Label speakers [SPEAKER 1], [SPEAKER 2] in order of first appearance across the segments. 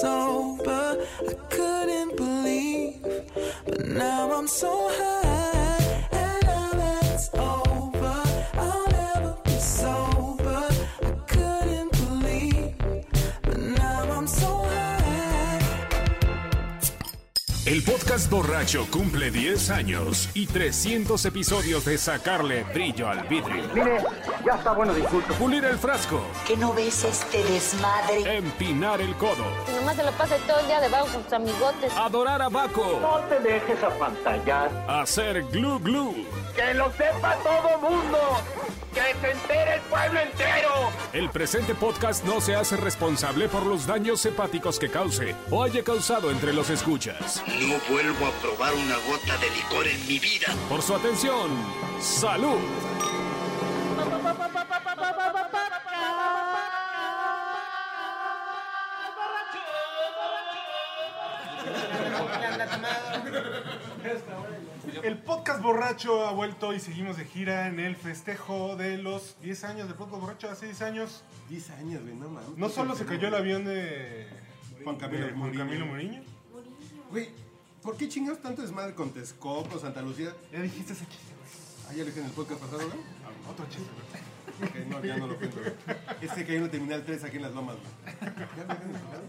[SPEAKER 1] sober. I couldn't believe, but now I'm so high. And now that's over. I'll never be sober. I couldn't believe, but now I'm so high.
[SPEAKER 2] El podcast borracho cumple 10 años y 300 episodios de sacarle brillo al vidrio.
[SPEAKER 3] Mire, ya está bueno de insultos.
[SPEAKER 2] Pulir el frasco,
[SPEAKER 4] ¿Qué no ves este desmadre?
[SPEAKER 2] empinar el codo,
[SPEAKER 5] Y nomás se lo pasa todo el día debajo con sus amigotes.
[SPEAKER 2] adorar a Baco,
[SPEAKER 3] No te dejes apantallar.
[SPEAKER 2] hacer glu glu.
[SPEAKER 3] ¡Que lo sepa todo mundo! ¡Que se entere el pueblo entero!
[SPEAKER 2] El presente podcast no se hace responsable por los daños hepáticos que cause o haya causado entre los escuchas.
[SPEAKER 6] No vuelvo a probar una gota de licor en mi vida.
[SPEAKER 2] Por su atención, salud.
[SPEAKER 7] El podcast borracho ha vuelto y seguimos de gira en el festejo de los 10 años del podcast borracho. Hace 10 años
[SPEAKER 8] 10 años, güey, no mames.
[SPEAKER 7] no solo se cayó el avión de Juan Camilo,
[SPEAKER 8] Muriño.
[SPEAKER 7] Juan Camilo Muriño.
[SPEAKER 8] Güey, ¿por qué chingados tanto desmadre con Texcoco, Santa Lucía?
[SPEAKER 7] Ya dijiste ese chiste, güey.
[SPEAKER 8] Ah, ya lo dije en el podcast pasado, güey.
[SPEAKER 7] Otro chiste, güey.
[SPEAKER 8] Ok, no, ya no lo cuento, güey. Es que cayó en el Terminal 3 aquí en Las Lomas, güey. Ya me dejan de jugar.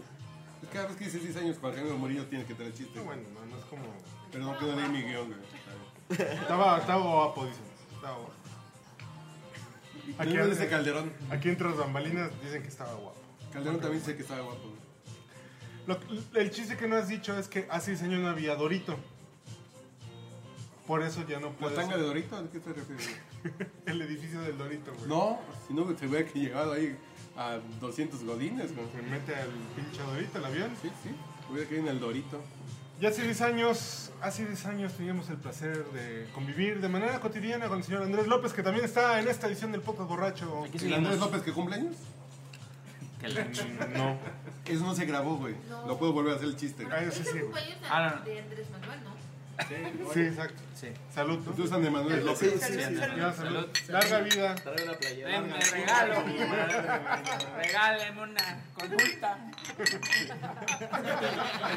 [SPEAKER 8] Es que cada vez que dices 10 años, Juan Camilo Murillo tiene que traer chistes.
[SPEAKER 7] Ah, Bueno, no, no es como.
[SPEAKER 8] Pero no quedó leer mi guión, güey.
[SPEAKER 7] Estaba, estaba guapo, dicen. Estaba guapo.
[SPEAKER 8] Aquí no dice Calderón.
[SPEAKER 7] Aquí entre las bambalinas dicen que estaba guapo.
[SPEAKER 8] Calderón también dice que estaba guapo, güey.
[SPEAKER 7] Lo- el chiste que no has dicho es que hace 10 años no había Dorito. Por eso ya no
[SPEAKER 8] ¿La
[SPEAKER 7] puedes.
[SPEAKER 8] tanga de Dorito? ¿A qué te refieres? güey?
[SPEAKER 7] El edificio del Dorito, güey.
[SPEAKER 8] No, si no, güey, te hubiera que llegado ahí a 200 godines, güey.
[SPEAKER 7] Se mete al pinche Dorito, el avión.
[SPEAKER 8] Sí, sí. Hubiera caído en el Dorito.
[SPEAKER 7] Ya hace 10 años, hace 10 años teníamos el placer de convivir de manera cotidiana con el señor Andrés López, que también está en esta edición del Podcast Borracho.
[SPEAKER 9] Aquí
[SPEAKER 8] ¿El
[SPEAKER 9] seguimos.
[SPEAKER 8] Andrés López que cumple años?
[SPEAKER 9] Que la-
[SPEAKER 7] No.
[SPEAKER 8] Eso no se grabó, güey. Lo puedo volver a hacer el chiste.
[SPEAKER 7] Ah, eso sí, güey.
[SPEAKER 9] Ah, no, no.
[SPEAKER 7] Sí, exacto.
[SPEAKER 9] Sí.
[SPEAKER 7] Salud. ¿no?
[SPEAKER 8] Tú San Emanuel López.
[SPEAKER 7] Ya, salud. Larga vida.
[SPEAKER 9] Denme regalo. Regáleme una conjunta.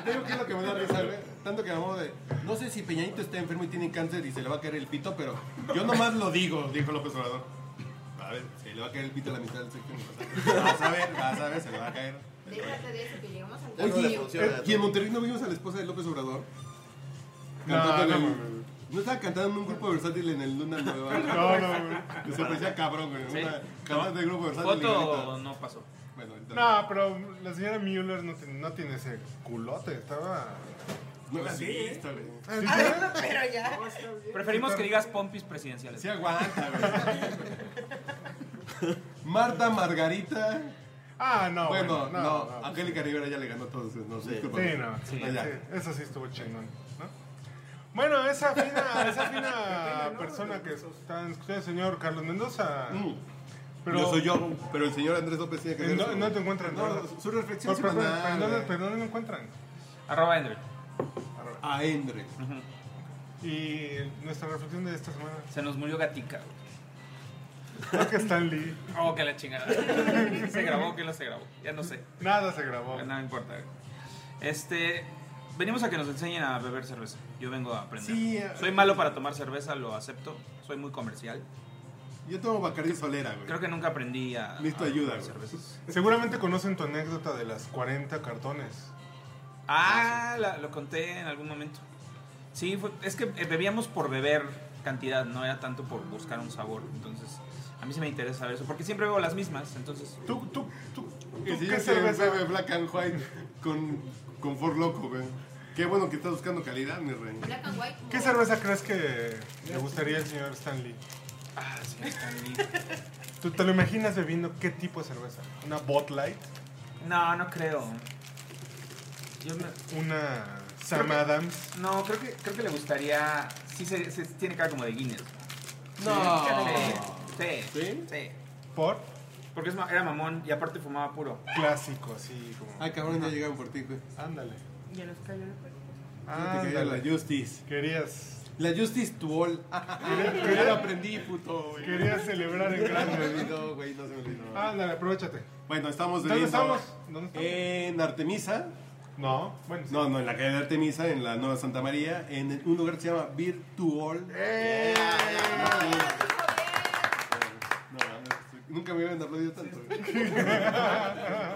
[SPEAKER 8] Te digo que es lo que me da risa, güey. Tanto que amó de. No sé si Peñanito está enfermo y tiene cáncer y se le va a caer el pito, pero yo nomás lo digo, dijo López Obrador. A ver, se le va a caer el pito a la mitad del sexto. Vas a ver, vas a ver, se le va a caer.
[SPEAKER 10] Déjate de eso, que llegamos al
[SPEAKER 8] Oye,
[SPEAKER 10] Oye,
[SPEAKER 8] eh, y en Monterrey no vimos a la esposa de López Obrador.
[SPEAKER 7] No,
[SPEAKER 8] Cantándole
[SPEAKER 7] no,
[SPEAKER 8] un-
[SPEAKER 7] no, no, no.
[SPEAKER 8] ¿No estaba cantando en un grupo versátil en el Luna Nueva.
[SPEAKER 7] No, no, güey.
[SPEAKER 8] Que se parecía cabrón, güey.
[SPEAKER 9] Sí.
[SPEAKER 8] Una cantante de grupo versátil. y
[SPEAKER 9] Foto
[SPEAKER 8] ahorita-
[SPEAKER 9] no pasó.
[SPEAKER 8] Bueno, ahorita-
[SPEAKER 7] No, pero la señora Müller no tiene, no tiene ese culote. Estaba.
[SPEAKER 8] No
[SPEAKER 7] pues
[SPEAKER 8] la has visto, güey.
[SPEAKER 10] pero ya.
[SPEAKER 9] Preferimos que digas pompis presidenciales.
[SPEAKER 8] Sí aguanta, güey. Marta Margarita.
[SPEAKER 7] Ah, no.
[SPEAKER 8] bueno, no,
[SPEAKER 7] no. pues
[SPEAKER 8] Angélica Rivera ya le ganó todos. No sé.
[SPEAKER 7] Sí, no.
[SPEAKER 9] Sí,
[SPEAKER 7] sí,
[SPEAKER 8] ya.
[SPEAKER 7] Eso sí estuvo chingón, ¿no? Bueno, esa fina, esa fina persona que están escuchando, señor Carlos Mendoza. Pero-
[SPEAKER 8] yo Mm, soy yo, pero el señor Andrés López tiene que
[SPEAKER 7] ¿En
[SPEAKER 8] ver
[SPEAKER 7] dó-
[SPEAKER 8] su-
[SPEAKER 7] no te encuentran,
[SPEAKER 8] No,
[SPEAKER 7] no?
[SPEAKER 8] su reflexión
[SPEAKER 7] Por- por- por-
[SPEAKER 8] semanal,
[SPEAKER 7] ¿En dónde,
[SPEAKER 8] güey.
[SPEAKER 7] pero dónde lo encuentran?
[SPEAKER 9] Arroba Endre.
[SPEAKER 8] A Endre.
[SPEAKER 7] Y nuestra reflexión de esta semana.
[SPEAKER 9] Se nos murió Gatica. güey.
[SPEAKER 7] Creo que Stan Lee.
[SPEAKER 9] Oh, que la chingada. ¿Quién se grabó? ¿Quién no se grabó? Ya no sé.
[SPEAKER 7] Nada se grabó.
[SPEAKER 9] No me importa. güey. Este. Venimos a que nos enseñen a beber cerveza. Yo vengo a aprender.
[SPEAKER 8] Sí, eh.
[SPEAKER 9] Soy malo para tomar cerveza, lo acepto. Soy muy comercial.
[SPEAKER 8] Yo tomo Bacardi Solera, güey.
[SPEAKER 9] Creo que nunca aprendí a.
[SPEAKER 8] Necesito
[SPEAKER 9] a
[SPEAKER 8] ayuda,
[SPEAKER 9] tomar
[SPEAKER 8] güey.
[SPEAKER 9] cervezas.
[SPEAKER 7] Seguramente conocen tu anécdota de las 40 cartones.
[SPEAKER 9] Ah, la- lo conté en algún momento. Sí, fue- es que eh, bebíamos por beber cantidad, no era tanto por buscar un sabor. Entonces, a mí sí me interesa saber eso, porque siempre veo las mismas. Entonces,
[SPEAKER 7] ¿Tú, tú, tú, tú qué
[SPEAKER 8] El señor que
[SPEAKER 7] cerveza?
[SPEAKER 8] bebe Black and White con, con Ford Loco, güey. Qué bueno que estás buscando calidad, mi rey.
[SPEAKER 10] Black and white.
[SPEAKER 7] ¿Qué cerveza crees que le gustaría al señor Stan Lee?
[SPEAKER 9] ah, sí, está bien.
[SPEAKER 7] ¿Tú te lo imaginas bebiendo qué tipo de cerveza? ¿Una Bot Light?
[SPEAKER 9] No, no creo. Yo me-
[SPEAKER 7] ¿Una Sam Adams?
[SPEAKER 9] no, creo que, creo que le gustaría. Sí, se, se tiene cara como de Guinness.
[SPEAKER 8] No.
[SPEAKER 9] Sí, sí,
[SPEAKER 8] ¿Sí?
[SPEAKER 9] sí.
[SPEAKER 7] ¿Por?
[SPEAKER 9] Porque es ma- era mamón y aparte fumaba puro.
[SPEAKER 7] Clásico, así como...
[SPEAKER 8] Ay, cabrón, ya llegaron por ti, güey.
[SPEAKER 7] Ándale.
[SPEAKER 10] Y a los calores.
[SPEAKER 8] Fíjate que era
[SPEAKER 7] Ándale.
[SPEAKER 8] la Justice.
[SPEAKER 7] Querías...
[SPEAKER 8] La Justice Tuol. Yo ya la aprendí, puto, güey.
[SPEAKER 7] Querías celebrar en
[SPEAKER 8] No se me
[SPEAKER 7] grande.
[SPEAKER 8] olvidó, güey,
[SPEAKER 7] Ah.
[SPEAKER 8] no se me olvidó.
[SPEAKER 7] Ándale, aprovechate.
[SPEAKER 8] Bueno, estamos
[SPEAKER 7] ¿Dónde
[SPEAKER 8] bebiendo
[SPEAKER 7] estamos? ¿Dónde estamos?
[SPEAKER 8] En Artemisa,
[SPEAKER 7] No, bueno. sí.
[SPEAKER 8] Eh, No, no, en la calle de Artemisa, en la Nueva Santa María, en el- un lugar que se llama Virtual.
[SPEAKER 7] ¡Eh!
[SPEAKER 8] No, no, nunca me habían aplaudido tanto.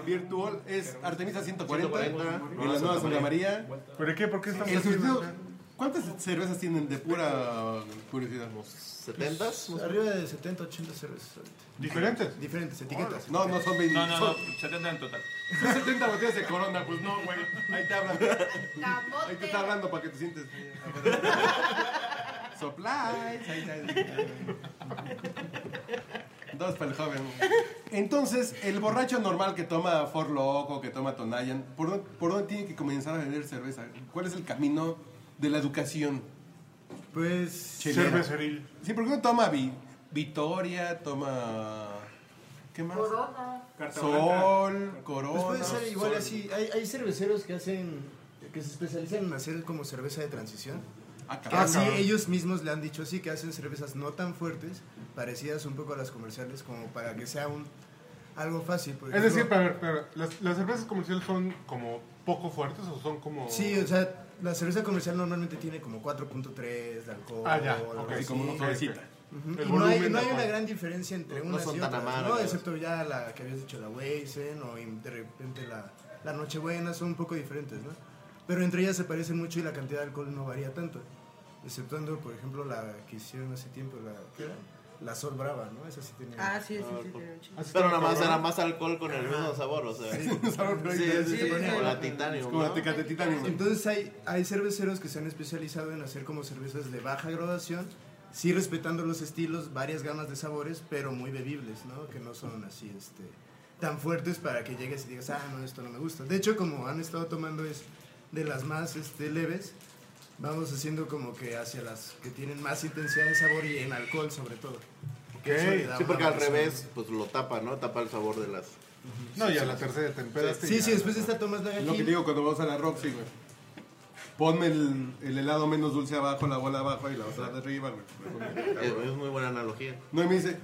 [SPEAKER 8] Virtual es Artemisa 140, en la Nueva Santa María.
[SPEAKER 7] ¿Pero qué? ¿Por qué estamos
[SPEAKER 8] El
[SPEAKER 7] aquí?
[SPEAKER 8] surtido, ¿cuántas cervezas tienen de pura curiosidad?
[SPEAKER 11] ¿70s? Arriba de 70, 80 cervezas ahorita.
[SPEAKER 7] ¿Diferentes?
[SPEAKER 11] Diferentes etiquetas.
[SPEAKER 8] No, no son 20.
[SPEAKER 9] No, no, no,
[SPEAKER 8] Son
[SPEAKER 9] 70 en total.
[SPEAKER 8] son 70 botellas de corona, pues no, güey. Ahí te hablan. Ahí te
[SPEAKER 10] Capote.
[SPEAKER 8] está hablando para que te sientes. Supplies. Ahí está. Dos para el joven. Entonces, el borracho normal que toma For Loco, que toma Tonayan, ¿por dónde, ¿por dónde tiene que comenzar a vender cerveza? ¿Cuál es el camino de la educación?
[SPEAKER 11] Pues.
[SPEAKER 8] Chelera.
[SPEAKER 7] Cerveceril.
[SPEAKER 8] Sí, porque uno toma Vi- Vitoria, toma. ¿Qué más?
[SPEAKER 10] Corona.
[SPEAKER 7] Carta blanca.
[SPEAKER 8] Sol, Corona.
[SPEAKER 11] Pues puede ser igual
[SPEAKER 8] Sol.
[SPEAKER 11] así. Hay, hay cerveceros que hacen. que se especializan en hacer como cerveza de transición.
[SPEAKER 8] Ah,
[SPEAKER 11] Que
[SPEAKER 8] cabrón.
[SPEAKER 11] así ellos mismos le han dicho así, que hacen cervezas no tan fuertes, parecidas un poco a las comerciales, como para que sea un algo fácil. por
[SPEAKER 7] Es decir,
[SPEAKER 11] ejemplo.
[SPEAKER 7] para ver, para ver, ¿las, las cervezas comerciales son como poco fuertes o son como...
[SPEAKER 11] Sí, o sea, la cerveza comercial normalmente tiene como 4.3 de alcohol.
[SPEAKER 7] Ah, ya,
[SPEAKER 11] algo
[SPEAKER 7] ok.
[SPEAKER 11] así.
[SPEAKER 8] Así como una
[SPEAKER 7] Sí.
[SPEAKER 8] florecita.
[SPEAKER 11] Ujú.
[SPEAKER 7] El
[SPEAKER 11] Y no hay,
[SPEAKER 7] volumen
[SPEAKER 11] no hay
[SPEAKER 7] tampoco.
[SPEAKER 11] una gran diferencia entre
[SPEAKER 12] No
[SPEAKER 11] unas
[SPEAKER 12] son
[SPEAKER 11] y
[SPEAKER 12] tan
[SPEAKER 11] otras, ¿no?
[SPEAKER 12] amargas.
[SPEAKER 11] Excepto ya la que habías dicho, la Weizen o in- de repente la, la Nochebuena, son un poco diferentes, ¿no? Pero entre ellas se parecen mucho y la cantidad de alcohol no varía tanto. Exceptuando, por ejemplo, la que hicieron hace tiempo, la, ¿qué era? La Sol Brava, ¿no? Esa sí tenía...
[SPEAKER 10] Ah, sí, sí, sí, tiene un chingo.
[SPEAKER 7] Así
[SPEAKER 12] Pero
[SPEAKER 7] como
[SPEAKER 12] nada más
[SPEAKER 7] corona.
[SPEAKER 12] era más alcohol con el mismo sabor, o sea. Sí,
[SPEAKER 8] Sabor, pero ahí
[SPEAKER 12] sí,
[SPEAKER 8] se
[SPEAKER 12] sí,
[SPEAKER 8] pone-
[SPEAKER 12] como la Titanium,
[SPEAKER 8] Como la
[SPEAKER 12] ¿no?
[SPEAKER 8] Tecate Titanium.
[SPEAKER 11] Entonces hay, hay cerveceros que se han especializado en hacer como cervezas de baja graduación, sí respetando los estilos, varias gamas de sabores, pero muy bebibles, ¿no? Que no son así, este, tan fuertes para que llegues y digas, ah, no, esto no me gusta. De hecho, como han estado tomando es de las más este, leves, vamos haciendo como que hacia las que tienen más intensidad de sabor y en alcohol sobre todo. Que eso le da
[SPEAKER 12] Sí,
[SPEAKER 11] una
[SPEAKER 12] porque al
[SPEAKER 11] razón.
[SPEAKER 12] revés, pues lo tapa, ¿no? Tapa el sabor de las.
[SPEAKER 7] No, y a la tercera te empedaste.
[SPEAKER 11] Sí,
[SPEAKER 7] y
[SPEAKER 11] sí,
[SPEAKER 7] ya.
[SPEAKER 11] después de esta tomas la
[SPEAKER 8] Es lo que
[SPEAKER 11] gallina.
[SPEAKER 8] digo cuando vamos a la Roxy, güey. Ponme el, el helado menos dulce abajo, la bola abajo y la otra de arriba, güey.
[SPEAKER 12] Es, es muy buena analogía.
[SPEAKER 8] No, y me dice,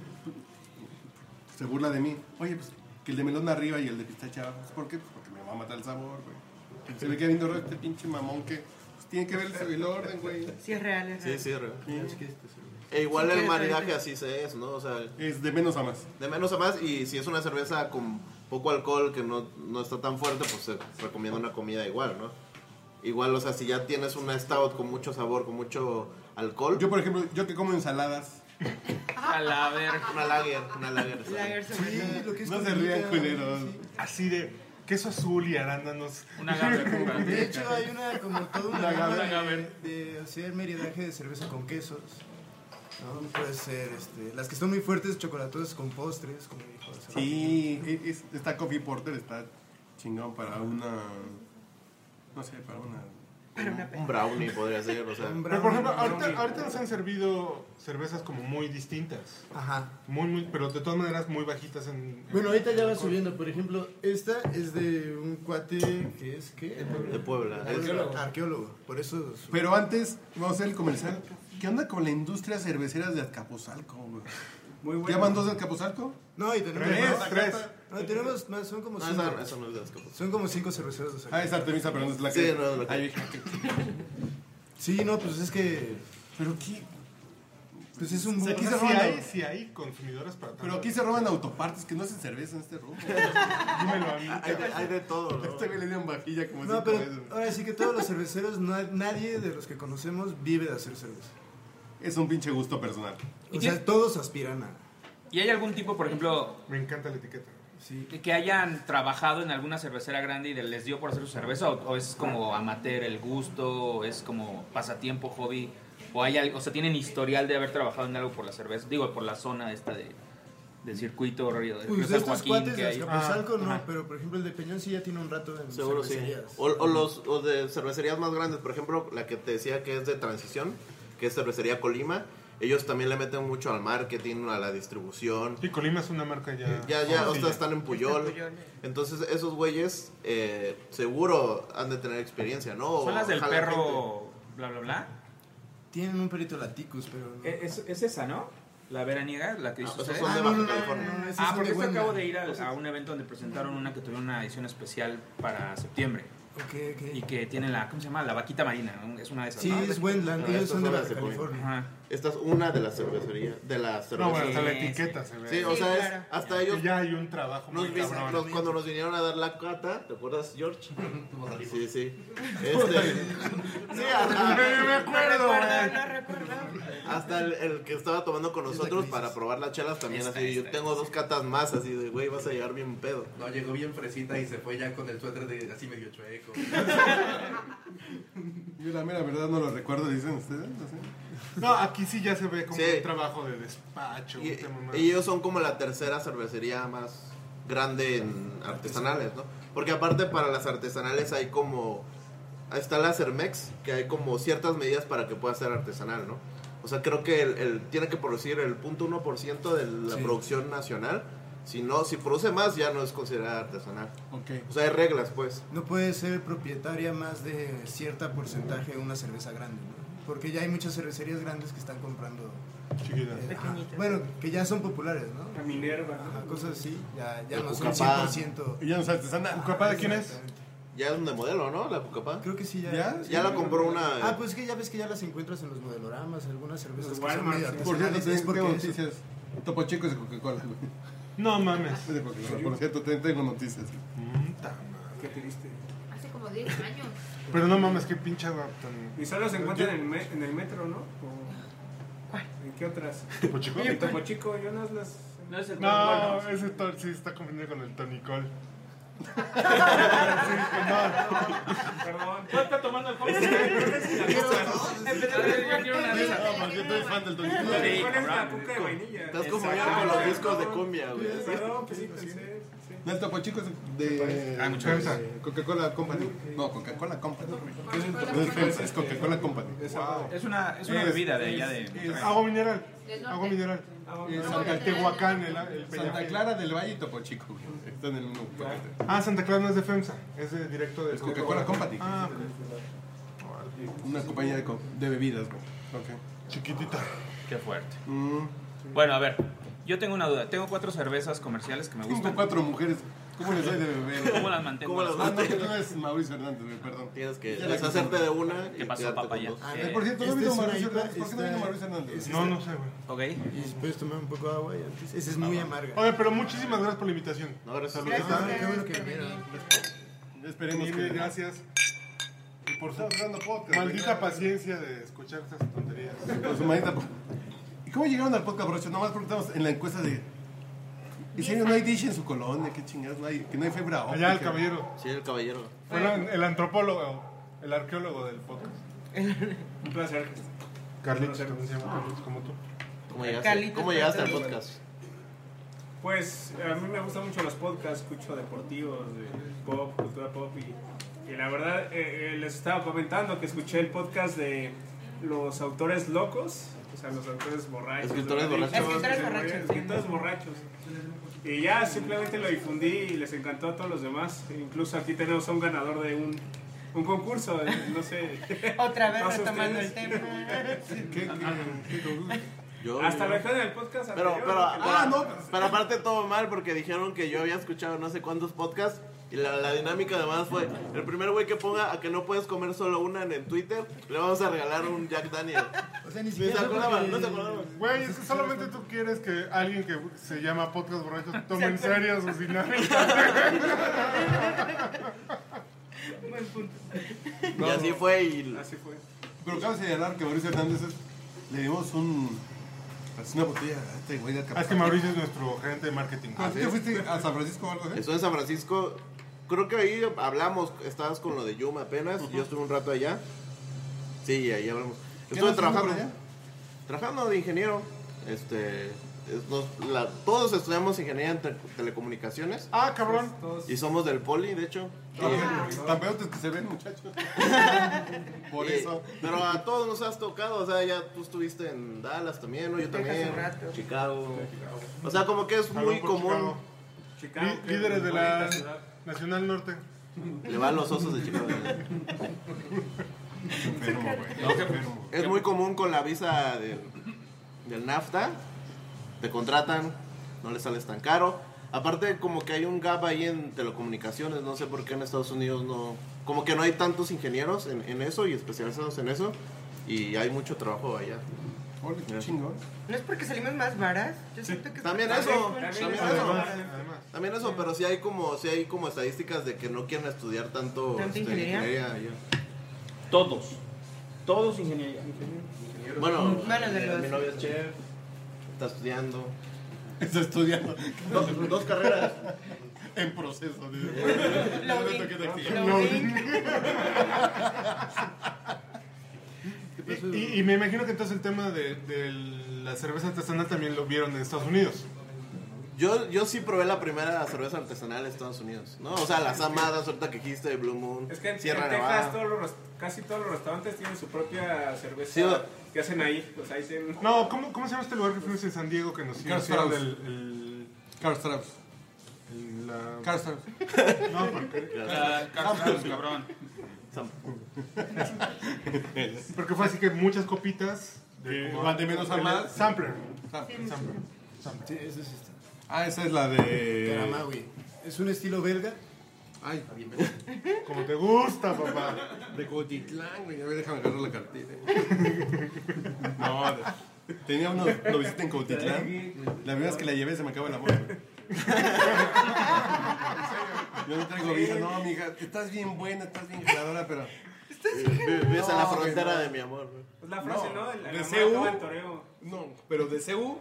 [SPEAKER 8] se burla de mí. Oye, pues que el de melón arriba y el de pistache abajo. Pues, ¿Por qué? Pues porque me va a matar el sabor, güey. Se me queda viendo raro este pinche mamón que pues, tiene que ver el, el orden, güey.
[SPEAKER 10] Sí, es real, es
[SPEAKER 12] Sí,
[SPEAKER 10] real.
[SPEAKER 12] sí, re- E igual
[SPEAKER 10] Sí,
[SPEAKER 12] el
[SPEAKER 10] que-
[SPEAKER 12] maridaje así se es, ¿no? O sea,
[SPEAKER 8] Es de menos a más.
[SPEAKER 12] de menos a más. Y si es una cerveza con poco alcohol que no, no está tan fuerte, pues se recomienda una comida igual, ¿no? Igual, o sea, si ya tienes una stout con mucho sabor, con mucho alcohol,
[SPEAKER 8] Yo, por ejemplo, yo que como ensaladas.
[SPEAKER 9] A la ver.
[SPEAKER 12] una lager, una lager.
[SPEAKER 10] La Gerson
[SPEAKER 11] Sí,
[SPEAKER 10] Martínez.
[SPEAKER 11] lo que es
[SPEAKER 8] No se
[SPEAKER 11] comida,
[SPEAKER 8] rían, culeros.
[SPEAKER 11] sí.
[SPEAKER 7] Así de queso azul y arándanos.
[SPEAKER 9] Una gama
[SPEAKER 11] De hecho, hay una como toda una gama
[SPEAKER 9] gama, a ver.
[SPEAKER 11] de, de hacer maridaje de cerveza con quesos. ¿no? Puede ser, este, las que están muy fuertes, chocolatosas con postres, como dijo. hace rato.
[SPEAKER 8] Sí, es- esta Coffee Porter está chingón para una. No sé, para una.
[SPEAKER 10] Para una
[SPEAKER 12] Un brownie podría ser, o sea.
[SPEAKER 11] Un
[SPEAKER 7] Pero por
[SPEAKER 11] brownie,
[SPEAKER 7] ejemplo,
[SPEAKER 11] un
[SPEAKER 7] ahorita,
[SPEAKER 11] brownie.
[SPEAKER 7] ahorita nos han servido cervezas como muy distintas.
[SPEAKER 11] Ajá.
[SPEAKER 7] Muy, muy, pero de todas maneras muy bajitas en... en-
[SPEAKER 11] Bueno, ahorita ya va subiendo. Por ejemplo, esta es de un cuate que es, ¿qué?
[SPEAKER 12] De Puebla.
[SPEAKER 11] Arqueólogo. Arqueólogo. Por eso... su-
[SPEAKER 8] Pero antes, vamos a hacer el comercial. ¿Qué onda con la industria cerveceras de Azcapotzalco? güey?
[SPEAKER 11] Muy
[SPEAKER 8] ¿Ya van dos de Azcapotzalco?
[SPEAKER 11] No, y tenemos...
[SPEAKER 7] Tres,
[SPEAKER 11] más.
[SPEAKER 7] tres.
[SPEAKER 11] No, tenemos más, son como
[SPEAKER 12] No,
[SPEAKER 11] cinco.
[SPEAKER 12] esa, esa no es de las que-
[SPEAKER 11] Son como cinco cerveceros de
[SPEAKER 8] Ah,
[SPEAKER 11] Zacatecas.
[SPEAKER 8] es Artemisa, pero no es la que.
[SPEAKER 12] Sí, no es la que-
[SPEAKER 8] Ay, dije, ¿qué?
[SPEAKER 11] Sí, no, pues es que...
[SPEAKER 8] Pero aquí,
[SPEAKER 11] Pues es un...
[SPEAKER 8] O sea,
[SPEAKER 11] boom.
[SPEAKER 7] O
[SPEAKER 8] aquí
[SPEAKER 7] sea,
[SPEAKER 8] se
[SPEAKER 7] sí
[SPEAKER 8] roban-
[SPEAKER 7] hay, sí hay consumidoras para...
[SPEAKER 8] pero
[SPEAKER 7] tanto.
[SPEAKER 8] aquí se roban autopartes que no hacen cerveza en este rumbo.
[SPEAKER 7] Dímelo a mí.
[SPEAKER 12] Hay de,
[SPEAKER 7] ah,
[SPEAKER 12] hay de todo, ¿no?
[SPEAKER 8] Este güey le dieron vajilla como
[SPEAKER 11] No,
[SPEAKER 8] cinco
[SPEAKER 11] pero
[SPEAKER 8] veces.
[SPEAKER 11] ahora sí que todos los cerveceros, na- nadie de los que conocemos vive de hacer cerveza.
[SPEAKER 8] Es un pinche gusto personal.
[SPEAKER 11] O
[SPEAKER 9] ¿Y
[SPEAKER 11] sea,
[SPEAKER 9] qué?
[SPEAKER 11] todos aspiran a...
[SPEAKER 9] ¿Y hay algún tipo, por ejemplo,
[SPEAKER 7] Me encanta la etiqueta.
[SPEAKER 11] Sí.
[SPEAKER 9] que hayan trabajado en alguna cervecera grande y de- les dio por hacer su cerveza? ¿O, o es como amateur el gusto? ¿O es como pasatiempo, hobby? ¿O, hay, al- o sea, tienen historial de haber trabajado en algo por la cerveza? Digo, por la zona esta de, del circuito río, río
[SPEAKER 11] Pues
[SPEAKER 9] San
[SPEAKER 11] de estos
[SPEAKER 9] Joaquín
[SPEAKER 11] cuates
[SPEAKER 9] que
[SPEAKER 11] de
[SPEAKER 9] hay.
[SPEAKER 11] Azcapotzalco
[SPEAKER 9] Ah,
[SPEAKER 11] no,
[SPEAKER 9] ajá.
[SPEAKER 11] pero por ejemplo el de Peñón sí ya tiene un rato en
[SPEAKER 12] Seguro sí.
[SPEAKER 11] cervecerías.
[SPEAKER 12] O, o los o de cervecerías más grandes, por ejemplo, la que te decía que es de transición, que es cervecería Colima, ellos también le meten mucho al marketing, a la distribución.
[SPEAKER 7] Sí, Colima es una marca ya...
[SPEAKER 12] Ya,
[SPEAKER 11] Ah,
[SPEAKER 12] ya, o sea,
[SPEAKER 7] conocida.
[SPEAKER 12] están en Puyol.
[SPEAKER 9] eh.
[SPEAKER 12] Entonces, esos güeyes eh, seguro han de tener experiencia, ¿no? O
[SPEAKER 9] ¿Son las del
[SPEAKER 12] jala gente.
[SPEAKER 9] perro bla, bla, bla?
[SPEAKER 11] Tienen un perito laticus, pero no.
[SPEAKER 9] Eh, Es, es esa, ¿no? La veraniega, la que
[SPEAKER 12] Ah,
[SPEAKER 9] hizo
[SPEAKER 12] esos
[SPEAKER 9] ustedes.
[SPEAKER 12] son de Pues
[SPEAKER 11] Ah, no,
[SPEAKER 12] Baja
[SPEAKER 11] no, no,
[SPEAKER 12] California.
[SPEAKER 11] no, no, esos
[SPEAKER 9] Ah,
[SPEAKER 11] son
[SPEAKER 9] porque
[SPEAKER 11] de
[SPEAKER 9] esto
[SPEAKER 11] Huenga.
[SPEAKER 9] acabo de ir al- a, un evento donde presentaron una que tuvieron una edición especial para septiembre. Y que tiene la, ¿cómo se llama? La vaquita marina. ¿no? Es una de esas.
[SPEAKER 12] Sí,
[SPEAKER 9] ¿no?
[SPEAKER 12] es Wendland, ellos
[SPEAKER 9] Estas
[SPEAKER 12] Ah, son de
[SPEAKER 9] las
[SPEAKER 12] Baja
[SPEAKER 9] que comen.
[SPEAKER 12] California.
[SPEAKER 9] Ajá.
[SPEAKER 12] Esta es una de las cervecerías. De las cervecerías.
[SPEAKER 7] No, bueno, hasta la etiqueta se ve.
[SPEAKER 12] Sí, o
[SPEAKER 7] Sí,
[SPEAKER 12] sea, es-
[SPEAKER 7] claro.
[SPEAKER 12] hasta
[SPEAKER 7] Ya,
[SPEAKER 12] ellos.
[SPEAKER 7] que ya hay un trabajo
[SPEAKER 12] Nos
[SPEAKER 7] muy
[SPEAKER 12] vi-
[SPEAKER 7] cabrón.
[SPEAKER 12] nos- cuando nos vinieron a dar la cata, ¿te acuerdas, George? sí, sí.
[SPEAKER 7] Puta.
[SPEAKER 12] Este, sí, hasta,
[SPEAKER 7] Me- me acuerdo,
[SPEAKER 12] No
[SPEAKER 7] güey.
[SPEAKER 12] hasta el, el que estaba tomando con nosotros para probar las chelas también.
[SPEAKER 13] Esta,
[SPEAKER 12] así, yo
[SPEAKER 13] esta,
[SPEAKER 12] tengo dos catas más, así de, güey, vas a llegar bien pedo.
[SPEAKER 13] No, llegó bien fresita y se fue ya con el suéter de así medio chueco.
[SPEAKER 8] Yo la mera verdad no lo recuerdo, dicen ustedes. No sé.
[SPEAKER 7] No, aquí sí ya se ve como
[SPEAKER 12] Sí.
[SPEAKER 7] un trabajo de despacho.
[SPEAKER 12] Y,
[SPEAKER 7] puta mamá.
[SPEAKER 12] y ellos son como la tercera cervecería más grande en artesanales, ¿no? Porque aparte para las artesanales hay como... Está la Cermex, que hay como ciertas medidas para que pueda ser artesanal, ¿no? O sea, creo que el, el- tiene que producir el 0.1% de la
[SPEAKER 8] Sí.
[SPEAKER 12] producción nacional. Si no, si produce más ya no es considerada artesanal.
[SPEAKER 8] Ok.
[SPEAKER 12] O sea, hay reglas, pues.
[SPEAKER 11] No puede ser propietaria más de cierta porcentaje de una cerveza grande, ¿no? Porque ya hay muchas cervecerías grandes que están comprando.
[SPEAKER 7] Chiquitas.
[SPEAKER 11] eh, ajá.
[SPEAKER 14] Pequeñitas.
[SPEAKER 11] bueno, que ya son populares, ¿no?
[SPEAKER 14] Minerva.
[SPEAKER 11] Ajá, cosas así. Ya, ya no son
[SPEAKER 12] Cucapá.
[SPEAKER 11] 100%.
[SPEAKER 8] Y ya no es artesanal.
[SPEAKER 7] Ah,
[SPEAKER 11] ¿Cucapá de quién es?
[SPEAKER 12] Ya es de modelo, ¿no? La Cucapá.
[SPEAKER 11] Creo que sí, ya.
[SPEAKER 12] Ya, la compró una...
[SPEAKER 11] Ah, pues es que ya ves que ya las encuentras en los modeloramas, algunas cervezas que son medio
[SPEAKER 8] Por cierto,
[SPEAKER 11] artesanales.
[SPEAKER 8] te-
[SPEAKER 11] es porque
[SPEAKER 8] tengo
[SPEAKER 11] eso.
[SPEAKER 8] noticias. Topo Chico es de Coca-Cola.
[SPEAKER 7] No mames.
[SPEAKER 8] Por cierto, te- tengo noticias.
[SPEAKER 14] Qué triste.
[SPEAKER 15] Hace como 10 años.
[SPEAKER 7] Pero no mames, qué pinche agua tan.
[SPEAKER 14] Y solo se encuentran
[SPEAKER 7] Yo-
[SPEAKER 14] en, el me- en el metro, ¿no? O- ¿En qué otras?
[SPEAKER 7] ¿Topo Chico?
[SPEAKER 14] Oye, Topo Chico, yo no las... No es
[SPEAKER 7] No, ese Thor sí está confundido con el Tonicol.
[SPEAKER 14] Perdón. ¿Cuál está tomando el joven?
[SPEAKER 7] No, porque tú eres fan del Tonicol.
[SPEAKER 14] Sí, ¿Cuál
[SPEAKER 2] este-
[SPEAKER 14] es la cuca de vainilla?
[SPEAKER 12] Estás como yo con los discos de cumbia, güey.
[SPEAKER 14] Perdón, pues sí pensé. sí.
[SPEAKER 8] No, el Topo Chico es de
[SPEAKER 12] Ah, muchas gracias.
[SPEAKER 8] de Coca-Cola Company. No, Coca-Cola Company. Es, es Coca-Cola Company.
[SPEAKER 7] Wow.
[SPEAKER 9] Es una, es una bebida de allá de.
[SPEAKER 7] es agua mineral. Agua mineral. Es Santa- el Tehuacán, el, el
[SPEAKER 8] Santa
[SPEAKER 7] Peñafiel.
[SPEAKER 8] Clara del Valle y Topo Chico. güey. Están en el mismo paquete.
[SPEAKER 7] Ah, Santa Clara no es de FEMSA, es de directo de
[SPEAKER 8] Es Coca-Cola Company.
[SPEAKER 7] Ah,
[SPEAKER 8] Una compañía de, co- de bebidas, güey.
[SPEAKER 7] Chiquitita.
[SPEAKER 9] Qué fuerte. Bueno, a ver. Yo tengo una duda. Tengo cuatro cervezas comerciales que me gustan.
[SPEAKER 8] Tengo cuatro mujeres. ¿Cómo les doy de beber?
[SPEAKER 9] ¿Cómo las mantengo?
[SPEAKER 8] ¿Cómo las
[SPEAKER 9] Ah, no,
[SPEAKER 8] mantengo?
[SPEAKER 9] tú
[SPEAKER 8] Tú eres Mauricio Hernández, güey, perdón.
[SPEAKER 12] Tienes que
[SPEAKER 8] Ya la
[SPEAKER 12] deshacerte de una
[SPEAKER 9] ¿Qué
[SPEAKER 12] y
[SPEAKER 9] pasó,
[SPEAKER 12] quedarte con
[SPEAKER 9] papaya?
[SPEAKER 12] dos.
[SPEAKER 8] Ah, no, por cierto, no
[SPEAKER 11] Esta
[SPEAKER 8] vino
[SPEAKER 11] Este es una
[SPEAKER 8] Mauricio
[SPEAKER 11] IPA,
[SPEAKER 8] Hernández. ¿Por qué no
[SPEAKER 11] esta-
[SPEAKER 8] vino Mauricio Hernández?
[SPEAKER 11] esta-
[SPEAKER 7] No, no sé, güey.
[SPEAKER 9] Ok.
[SPEAKER 11] Y puedes tomar un poco de agua y antes. Esa es
[SPEAKER 8] Ah,
[SPEAKER 11] muy amarga.
[SPEAKER 7] Oye, pero muchísimas gracias por la invitación.
[SPEAKER 12] No, gracias.
[SPEAKER 7] Saludos.
[SPEAKER 11] Ah, qué bueno que vinieron.
[SPEAKER 8] Esperemos
[SPEAKER 7] Mil
[SPEAKER 8] que-
[SPEAKER 7] gracias. Y por su
[SPEAKER 8] podcast,
[SPEAKER 7] maldita
[SPEAKER 8] güey.
[SPEAKER 7] paciencia de escuchar estas tonterías.
[SPEAKER 8] Por su manita, po- ¿Y cómo llegaron al podcast, brocho? Nomás preguntamos en la encuesta de. ¿En serio no hay dish en su colonia? ¿Qué chingados? No hay, que no hay fibra óptica.
[SPEAKER 7] Allá el caballero.
[SPEAKER 12] Sí, el caballero.
[SPEAKER 7] Fue la- el antropólogo, el arqueólogo del podcast.
[SPEAKER 14] Un placer.
[SPEAKER 7] Carlitos, también se llama Carlitos, como tú.
[SPEAKER 12] ¿Cómo llegaste, ¿Cómo llegaste al podcast?
[SPEAKER 14] Pues a mí me gustan mucho los podcasts, escucho deportivos, de pop, cultura pop y, y la verdad eh, eh, les estaba comentando que escuché el podcast de los autores locos, o sea, los autores borrachos.
[SPEAKER 12] Escritores
[SPEAKER 14] drogadictos,
[SPEAKER 12] borrachos. Escritores
[SPEAKER 14] que se
[SPEAKER 12] borrachos,
[SPEAKER 14] ríen, escritores borrachos. Y ya simplemente lo difundí y les encantó a todos los demás. Incluso aquí tenemos a un ganador de un, un concurso, eh, no sé.
[SPEAKER 10] Otra vez
[SPEAKER 14] Todos
[SPEAKER 10] retomando el
[SPEAKER 14] ustedes.
[SPEAKER 10] tema.
[SPEAKER 12] Yo-
[SPEAKER 14] Hasta lo dejé en el podcast
[SPEAKER 12] Pero,
[SPEAKER 14] anterior,
[SPEAKER 12] pero,
[SPEAKER 14] porque- pues,
[SPEAKER 12] pero- pero aparte todo mal porque dijeron que yo había escuchado no sé cuántos podcasts y la, la dinámica además fue el primer güey que ponga a que no puedes comer solo una en, en Twitter le vamos a regalar un Jack Daniel.
[SPEAKER 11] O sea, ni
[SPEAKER 12] siquiera fue porque-
[SPEAKER 7] Güey, es que solamente tú quieres que alguien que se llama Podcast Borracho tome en serio sus dinámicas.
[SPEAKER 14] Buen punto.
[SPEAKER 12] y así fue y
[SPEAKER 14] Así fue.
[SPEAKER 8] Pero cabe señalar que Mauricio Hernández es- le dimos un. así Una botella a este güey de
[SPEAKER 7] Ah, es que Mauricio es nuestro gerente de marketing.
[SPEAKER 8] Ah, ¿tú te fuiste a San Francisco o algo así?
[SPEAKER 12] estuve en San Francisco. Creo que ahí hablamos, estabas con lo de Yuma apenas, yo estuve un rato allá. Sí, ahí hablamos.
[SPEAKER 8] ¿Qué
[SPEAKER 12] Estuve
[SPEAKER 8] andas haciendo
[SPEAKER 12] trabajando.
[SPEAKER 8] por allá?
[SPEAKER 12] Trabajando de ingeniero. Este, es- nos- la- todos estudiamos ingeniería en te- telecomunicaciones.
[SPEAKER 7] Ah, cabrón.
[SPEAKER 12] Y somos del poli, de hecho.
[SPEAKER 8] Tan peotes que se ven, muchachos. Por
[SPEAKER 12] Y-
[SPEAKER 8] eso.
[SPEAKER 12] Pero ah, a todos nos has tocado, o sea, ya tú estuviste en Dallas también, ¿no? Yo también. Chicago. O sea, como que es
[SPEAKER 7] Salud
[SPEAKER 12] muy
[SPEAKER 7] por
[SPEAKER 12] común.
[SPEAKER 7] Chicago. Lí- líderes de la Nacional Norte.
[SPEAKER 12] Le van los osos de Chicago.
[SPEAKER 7] No, qué enfermo.
[SPEAKER 12] Es muy común con la visa del, del NAFTA. Te contratan, no le sales tan caro. Aparte, como que hay un gap ahí en telecomunicaciones, no sé por qué en Estados Unidos no, como que no hay tantos ingenieros en, en eso y especializados en eso. Y hay mucho trabajo allá. Mira.
[SPEAKER 10] ¿No es porque salimos más varas? Yo siento que
[SPEAKER 12] También eso, también eso,
[SPEAKER 10] Además.
[SPEAKER 12] también eso, pero sí hay como, sí hay como estadísticas de que no quieren estudiar tanto
[SPEAKER 10] ¿Tanta
[SPEAKER 12] este,
[SPEAKER 10] ingeniería?
[SPEAKER 12] allá.
[SPEAKER 15] Todos. Todos ingeniería.
[SPEAKER 12] Bueno,
[SPEAKER 15] Bueno, de
[SPEAKER 12] eh,
[SPEAKER 15] los-
[SPEAKER 12] mi novia es chef, está estudiando.
[SPEAKER 8] Está estudiando.
[SPEAKER 12] Dos, dos carreras.
[SPEAKER 8] En proceso.
[SPEAKER 7] Y, y me imagino que entonces el tema de, de la cerveza artesanal también lo vieron en Estados Unidos.
[SPEAKER 12] Yo, yo sí probé la primera cerveza artesanal en Estados Unidos, ¿no? O sea, las amadas, ahorita que dijiste de Blue Moon,
[SPEAKER 14] Es que en,
[SPEAKER 12] Sierra
[SPEAKER 14] en
[SPEAKER 12] Nevada.
[SPEAKER 14] Texas todos los, rest- casi todos los restaurantes tienen su propia cerveza
[SPEAKER 12] Sí, o-
[SPEAKER 14] que hacen ahí. O sea, ahí tienen...
[SPEAKER 7] No, ¿cómo, cómo se llama este lugar que fuimos en San Diego que nos
[SPEAKER 14] Karl
[SPEAKER 7] hicieron
[SPEAKER 14] Strauss.
[SPEAKER 7] el... el...
[SPEAKER 8] Karl Strauss.
[SPEAKER 7] El, la...
[SPEAKER 8] Karl Strauss.
[SPEAKER 7] No, porque...
[SPEAKER 8] Ah, Karl Strauss, cabrón.
[SPEAKER 7] Porque fue así que muchas copitas...
[SPEAKER 8] Que van de menos a más.
[SPEAKER 7] Sampler.
[SPEAKER 8] Sampler.
[SPEAKER 7] Sampler.
[SPEAKER 11] Sí, esa sí está.
[SPEAKER 8] Ah, esa es la de.
[SPEAKER 11] Karamawi. Es un estilo belga.
[SPEAKER 8] Ay, bien
[SPEAKER 7] Como te gusta, papá.
[SPEAKER 8] De Cotitlán, güey. A ver, déjame agarrar la cartera. No, de- tenía uno, lo visité en Cotitlán. La primera vez que la llevé se me acaba el amor, güey. Yo no traigo visa, no, mija. Estás bien buena, estás bien ganadora, pero.
[SPEAKER 12] Vives en la
[SPEAKER 8] No, güey,
[SPEAKER 12] frontera
[SPEAKER 8] no.
[SPEAKER 12] de mi amor. güey.
[SPEAKER 14] Es Pues la frase, ¿no? El- el
[SPEAKER 8] de
[SPEAKER 14] amor
[SPEAKER 8] CU.
[SPEAKER 14] acaba en toreo.
[SPEAKER 8] No, pero de CU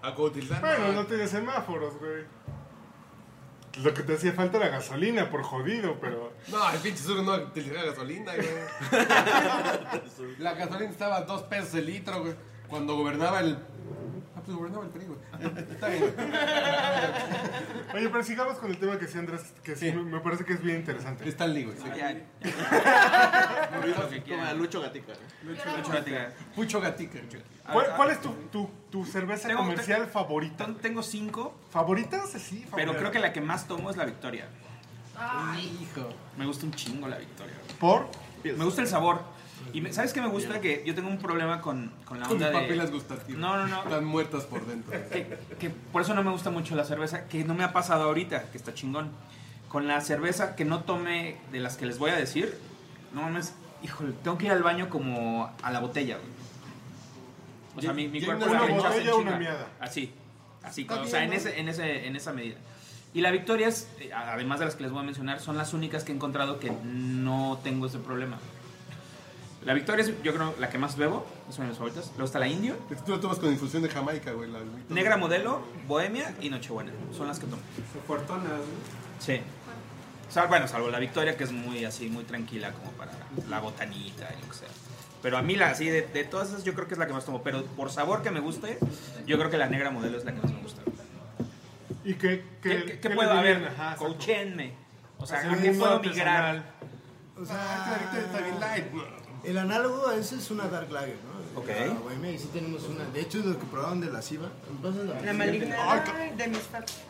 [SPEAKER 8] a Cotitlán.
[SPEAKER 7] Bueno, no tiene semáforos, güey. Lo que te hacía falta era gasolina, por jodido, pero...
[SPEAKER 8] No, el pinche sur no te llega gasolina, güey. La gasolina estaba a dos pesos el litro, güey. Cuando gobernaba el. Ah, pues gobernaba el PRI, güey. Está bien.
[SPEAKER 7] Oye, pero sigamos con el tema que sí, Andrés, que sí, me- me parece que es bien interesante.
[SPEAKER 8] Está el güey. sí.
[SPEAKER 12] Como a Lucho Gatica.
[SPEAKER 9] Lucho Gatica.
[SPEAKER 8] Pucho Gatica.
[SPEAKER 7] ¿Cuál, cuál es tu, tu, tu cerveza
[SPEAKER 9] Tengo-
[SPEAKER 7] comercial favorita?
[SPEAKER 9] Tengo cinco.
[SPEAKER 7] ¿Favoritas? Sí, favoritas.
[SPEAKER 9] Pero creo que la que más tomo es la Victoria.
[SPEAKER 8] Ay, hijo.
[SPEAKER 9] Me gusta un chingo la Victoria.
[SPEAKER 7] ¿Por?
[SPEAKER 9] Me gusta el sabor. Y me- ¿sabes qué me gusta? Que yo tengo un problema con, con la
[SPEAKER 8] Con mis
[SPEAKER 9] onda de...
[SPEAKER 8] papilas gustativas.
[SPEAKER 9] No, no, no.
[SPEAKER 8] Están muertas por dentro.
[SPEAKER 9] que, que por eso no me gusta mucho la cerveza, que no me ha pasado ahorita, que está chingón. Con la cerveza que no tome de las que les voy a decir, no mames, híjole, tengo que ir al baño como a la botella, güey. O sea, mi, mi
[SPEAKER 7] Llena
[SPEAKER 9] cuerpo
[SPEAKER 7] una
[SPEAKER 9] se rechaza en
[SPEAKER 7] botella, una
[SPEAKER 9] chinga.
[SPEAKER 7] miada.
[SPEAKER 9] Así, así,
[SPEAKER 7] Está
[SPEAKER 9] o sea,
[SPEAKER 7] bien,
[SPEAKER 9] en,
[SPEAKER 7] ¿no?
[SPEAKER 9] ese, en, ese, en esa medida. Y las victorias, eh, además de las que les voy a mencionar, son las únicas que he encontrado que no tengo ese problema. La victoria es, yo creo, la que más bebo, es una de mis favoritas. Luego está la indio.
[SPEAKER 8] Tú la tomas con infusión de Jamaica, güey. La...
[SPEAKER 9] Negra Modelo, Bohemia y Nochebuena. Son las que tomo.
[SPEAKER 14] Fortunas,
[SPEAKER 9] Sí. Sal- bueno, salvo la Victoria, que es muy así, muy tranquila, como para la botanita y lo que sea. Pero a mí, la así, de, de todas esas, yo creo que es la que más tomo. Pero por sabor que me guste, yo creo que la Negra Modelo es la que más me gusta.
[SPEAKER 7] ¿Y qué,
[SPEAKER 9] ¿Qué,
[SPEAKER 7] qué,
[SPEAKER 9] qué
[SPEAKER 7] qué le
[SPEAKER 9] puedo
[SPEAKER 7] dirían?
[SPEAKER 9] haber?
[SPEAKER 7] Ajá, exacto.
[SPEAKER 9] Coachenme. O sea,
[SPEAKER 7] Hacer
[SPEAKER 9] ¿a qué
[SPEAKER 7] un
[SPEAKER 9] puedo
[SPEAKER 7] artesanal.
[SPEAKER 9] migrar?
[SPEAKER 11] O
[SPEAKER 15] Ah,
[SPEAKER 11] sea,
[SPEAKER 8] está
[SPEAKER 9] Ah,
[SPEAKER 8] bien light.
[SPEAKER 11] El análogo a ese es una Dark Lager, ¿no?
[SPEAKER 9] Ok.
[SPEAKER 11] La bohemia, y sí tenemos una. De hecho, es lo que probaron de la Siva.
[SPEAKER 10] La maligna
[SPEAKER 11] Ay,
[SPEAKER 10] ay, de mis papás.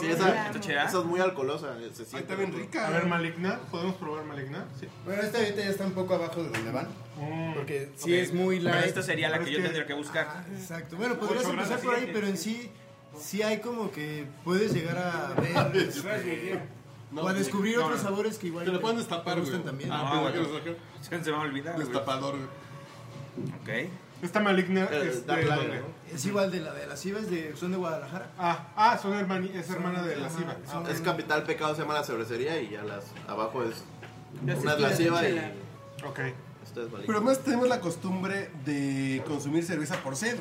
[SPEAKER 12] Sí, esa, esa es muy alcoholosa. Se siente.
[SPEAKER 7] está bien rica. A ver, maligna. ¿Podemos probar maligna? Sí.
[SPEAKER 11] Bueno, esta ahorita ya está un poco abajo de donde van.
[SPEAKER 8] Mm.
[SPEAKER 11] Porque sí
[SPEAKER 9] Ok.
[SPEAKER 11] es muy
[SPEAKER 9] Pero
[SPEAKER 11] light.
[SPEAKER 9] esta sería la que yo tendría que buscar.
[SPEAKER 11] Ah. Exacto. Bueno, podrías
[SPEAKER 9] Ocho
[SPEAKER 11] empezar
[SPEAKER 9] grados
[SPEAKER 11] por ahí,
[SPEAKER 9] siguientes.
[SPEAKER 11] pero en sí, sí hay como que puedes llegar a ver. este,
[SPEAKER 8] No,
[SPEAKER 11] o a descubrir
[SPEAKER 8] no,
[SPEAKER 11] otros
[SPEAKER 8] no.
[SPEAKER 11] sabores que igual.
[SPEAKER 8] Te lo pueden
[SPEAKER 11] te
[SPEAKER 8] destapar,
[SPEAKER 11] gustan
[SPEAKER 8] güey.
[SPEAKER 11] también.
[SPEAKER 8] Ah,
[SPEAKER 9] No,
[SPEAKER 8] pensé que
[SPEAKER 9] güey.
[SPEAKER 8] lo sacaron.
[SPEAKER 9] Se me va a olvidar. güey.
[SPEAKER 8] Destapador, güey.
[SPEAKER 9] Ok.
[SPEAKER 7] Esta maligna
[SPEAKER 11] Eh,
[SPEAKER 7] es
[SPEAKER 11] Dark
[SPEAKER 7] de...
[SPEAKER 11] Lager, Es igual de la de las IVA, es de, son de Guadalajara.
[SPEAKER 7] Ah, ah, son hermani, es hermana de la
[SPEAKER 11] Ajá,
[SPEAKER 7] Siva.
[SPEAKER 11] son-
[SPEAKER 12] Es Capital Pecado, se llama la cervecería y ya las abajo es
[SPEAKER 11] Las
[SPEAKER 12] una es
[SPEAKER 11] esquinas
[SPEAKER 12] la ceiba
[SPEAKER 11] de
[SPEAKER 12] y
[SPEAKER 11] chela.
[SPEAKER 7] Ok.
[SPEAKER 12] esta es Valica.
[SPEAKER 8] Pero además tenemos la costumbre de consumir cerveza por sed.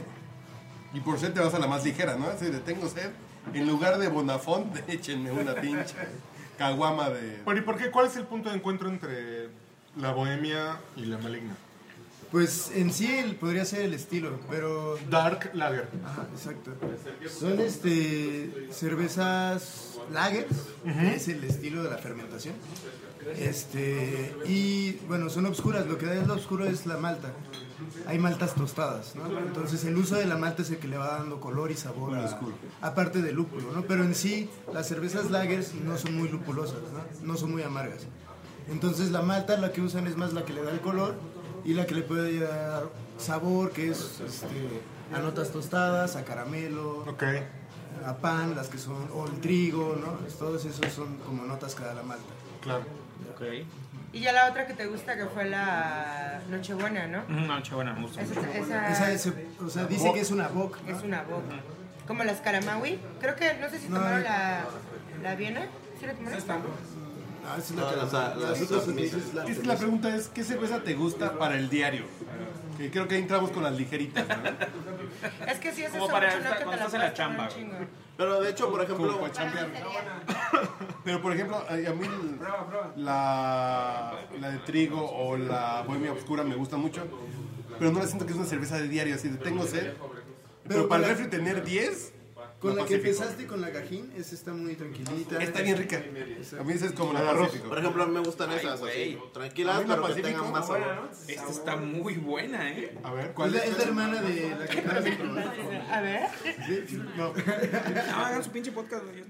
[SPEAKER 8] Y por sed te vas a la más ligera, ¿no? Si le tengo sed, en lugar de Bonafont, échenme una pinche caguama de...
[SPEAKER 7] Bueno, ¿y por qué? ¿Cuál es el punto de encuentro entre la bohemia y la maligna?
[SPEAKER 11] Pues en sí el- podría ser el estilo, pero.
[SPEAKER 7] Dark Lager.
[SPEAKER 11] Ajá, exacto. Son este cervezas lagers,
[SPEAKER 7] Ujú.
[SPEAKER 11] que es el estilo de la fermentación. Este, y bueno, son obscuras, lo que da es lo oscuro es la malta. Hay maltas tostadas, ¿no? Entonces el uso de la malta es el que le va dando color y sabor a- aparte del lúpulo, ¿no? Pero en sí las cervezas lagers no son muy lupulosas, ¿no? No son muy amargas. Entonces la malta la que usan es más la que le da el color y la que le puede dar sabor, que es este, a notas tostadas, a caramelo, a pan, las que son, o el trigo, ¿no? Todos esos son como notas que da la malta.
[SPEAKER 7] Claro.
[SPEAKER 9] Ok.
[SPEAKER 10] Y ya la otra que te gusta que fue la Nochebuena, ¿no?
[SPEAKER 9] No, chavana, Mm, me gusta mucho.
[SPEAKER 10] Esa, esa-
[SPEAKER 11] Esa es- o sea, dice que es una boca.
[SPEAKER 10] Ah. Es una boca. Como las Caramawi. Creo que, no sé si
[SPEAKER 11] No,
[SPEAKER 10] tomaron
[SPEAKER 11] eh.
[SPEAKER 10] la, la Viena. ¿Sí la tomaron?
[SPEAKER 11] Ah, es
[SPEAKER 12] No, las- las- las misas.
[SPEAKER 8] Es que la pregunta es, ¿qué cerveza te gusta para el diario? Que creo que ahí entramos con las ligeritas, ¿no?
[SPEAKER 10] Es que sí, esa
[SPEAKER 9] Como
[SPEAKER 10] es
[SPEAKER 9] para
[SPEAKER 10] otra, ¿no?
[SPEAKER 9] esta-
[SPEAKER 10] que
[SPEAKER 9] cuando
[SPEAKER 10] te
[SPEAKER 9] estás en la
[SPEAKER 10] puedes tomar
[SPEAKER 9] chamba,
[SPEAKER 10] un chingo.
[SPEAKER 12] Pero de hecho, por ejemplo...
[SPEAKER 8] Como para chambear. Pero por ejemplo, eh, a a mí el- la, la de trigo o la bohemia oscura me gusta mucho, pero no la siento que es una cerveza de diario, así de tengo sed. Pero,
[SPEAKER 11] con
[SPEAKER 8] para el
[SPEAKER 11] la-
[SPEAKER 8] refri tener 10,
[SPEAKER 11] Con
[SPEAKER 8] no
[SPEAKER 11] la que
[SPEAKER 8] pacifico.
[SPEAKER 11] empezaste con la gajín, esa está muy tranquilita.
[SPEAKER 8] Está bien rica.
[SPEAKER 11] Exacto.
[SPEAKER 8] A mí esa es como la
[SPEAKER 12] Arroz.
[SPEAKER 8] Pacífico.
[SPEAKER 12] Por ejemplo, a mí me gustan esas así, tranquilas,
[SPEAKER 8] A mí la
[SPEAKER 12] pero que
[SPEAKER 8] Pacífico,
[SPEAKER 12] tengan más
[SPEAKER 8] buena,
[SPEAKER 12] sabor.
[SPEAKER 8] ¿no?
[SPEAKER 9] Esta está muy buena, ¿eh?
[SPEAKER 8] A ver,
[SPEAKER 11] Es la, es la hermana de la que acabas de probar.
[SPEAKER 10] A ver.
[SPEAKER 11] No.
[SPEAKER 9] No, hagan su pinche podcast, güey.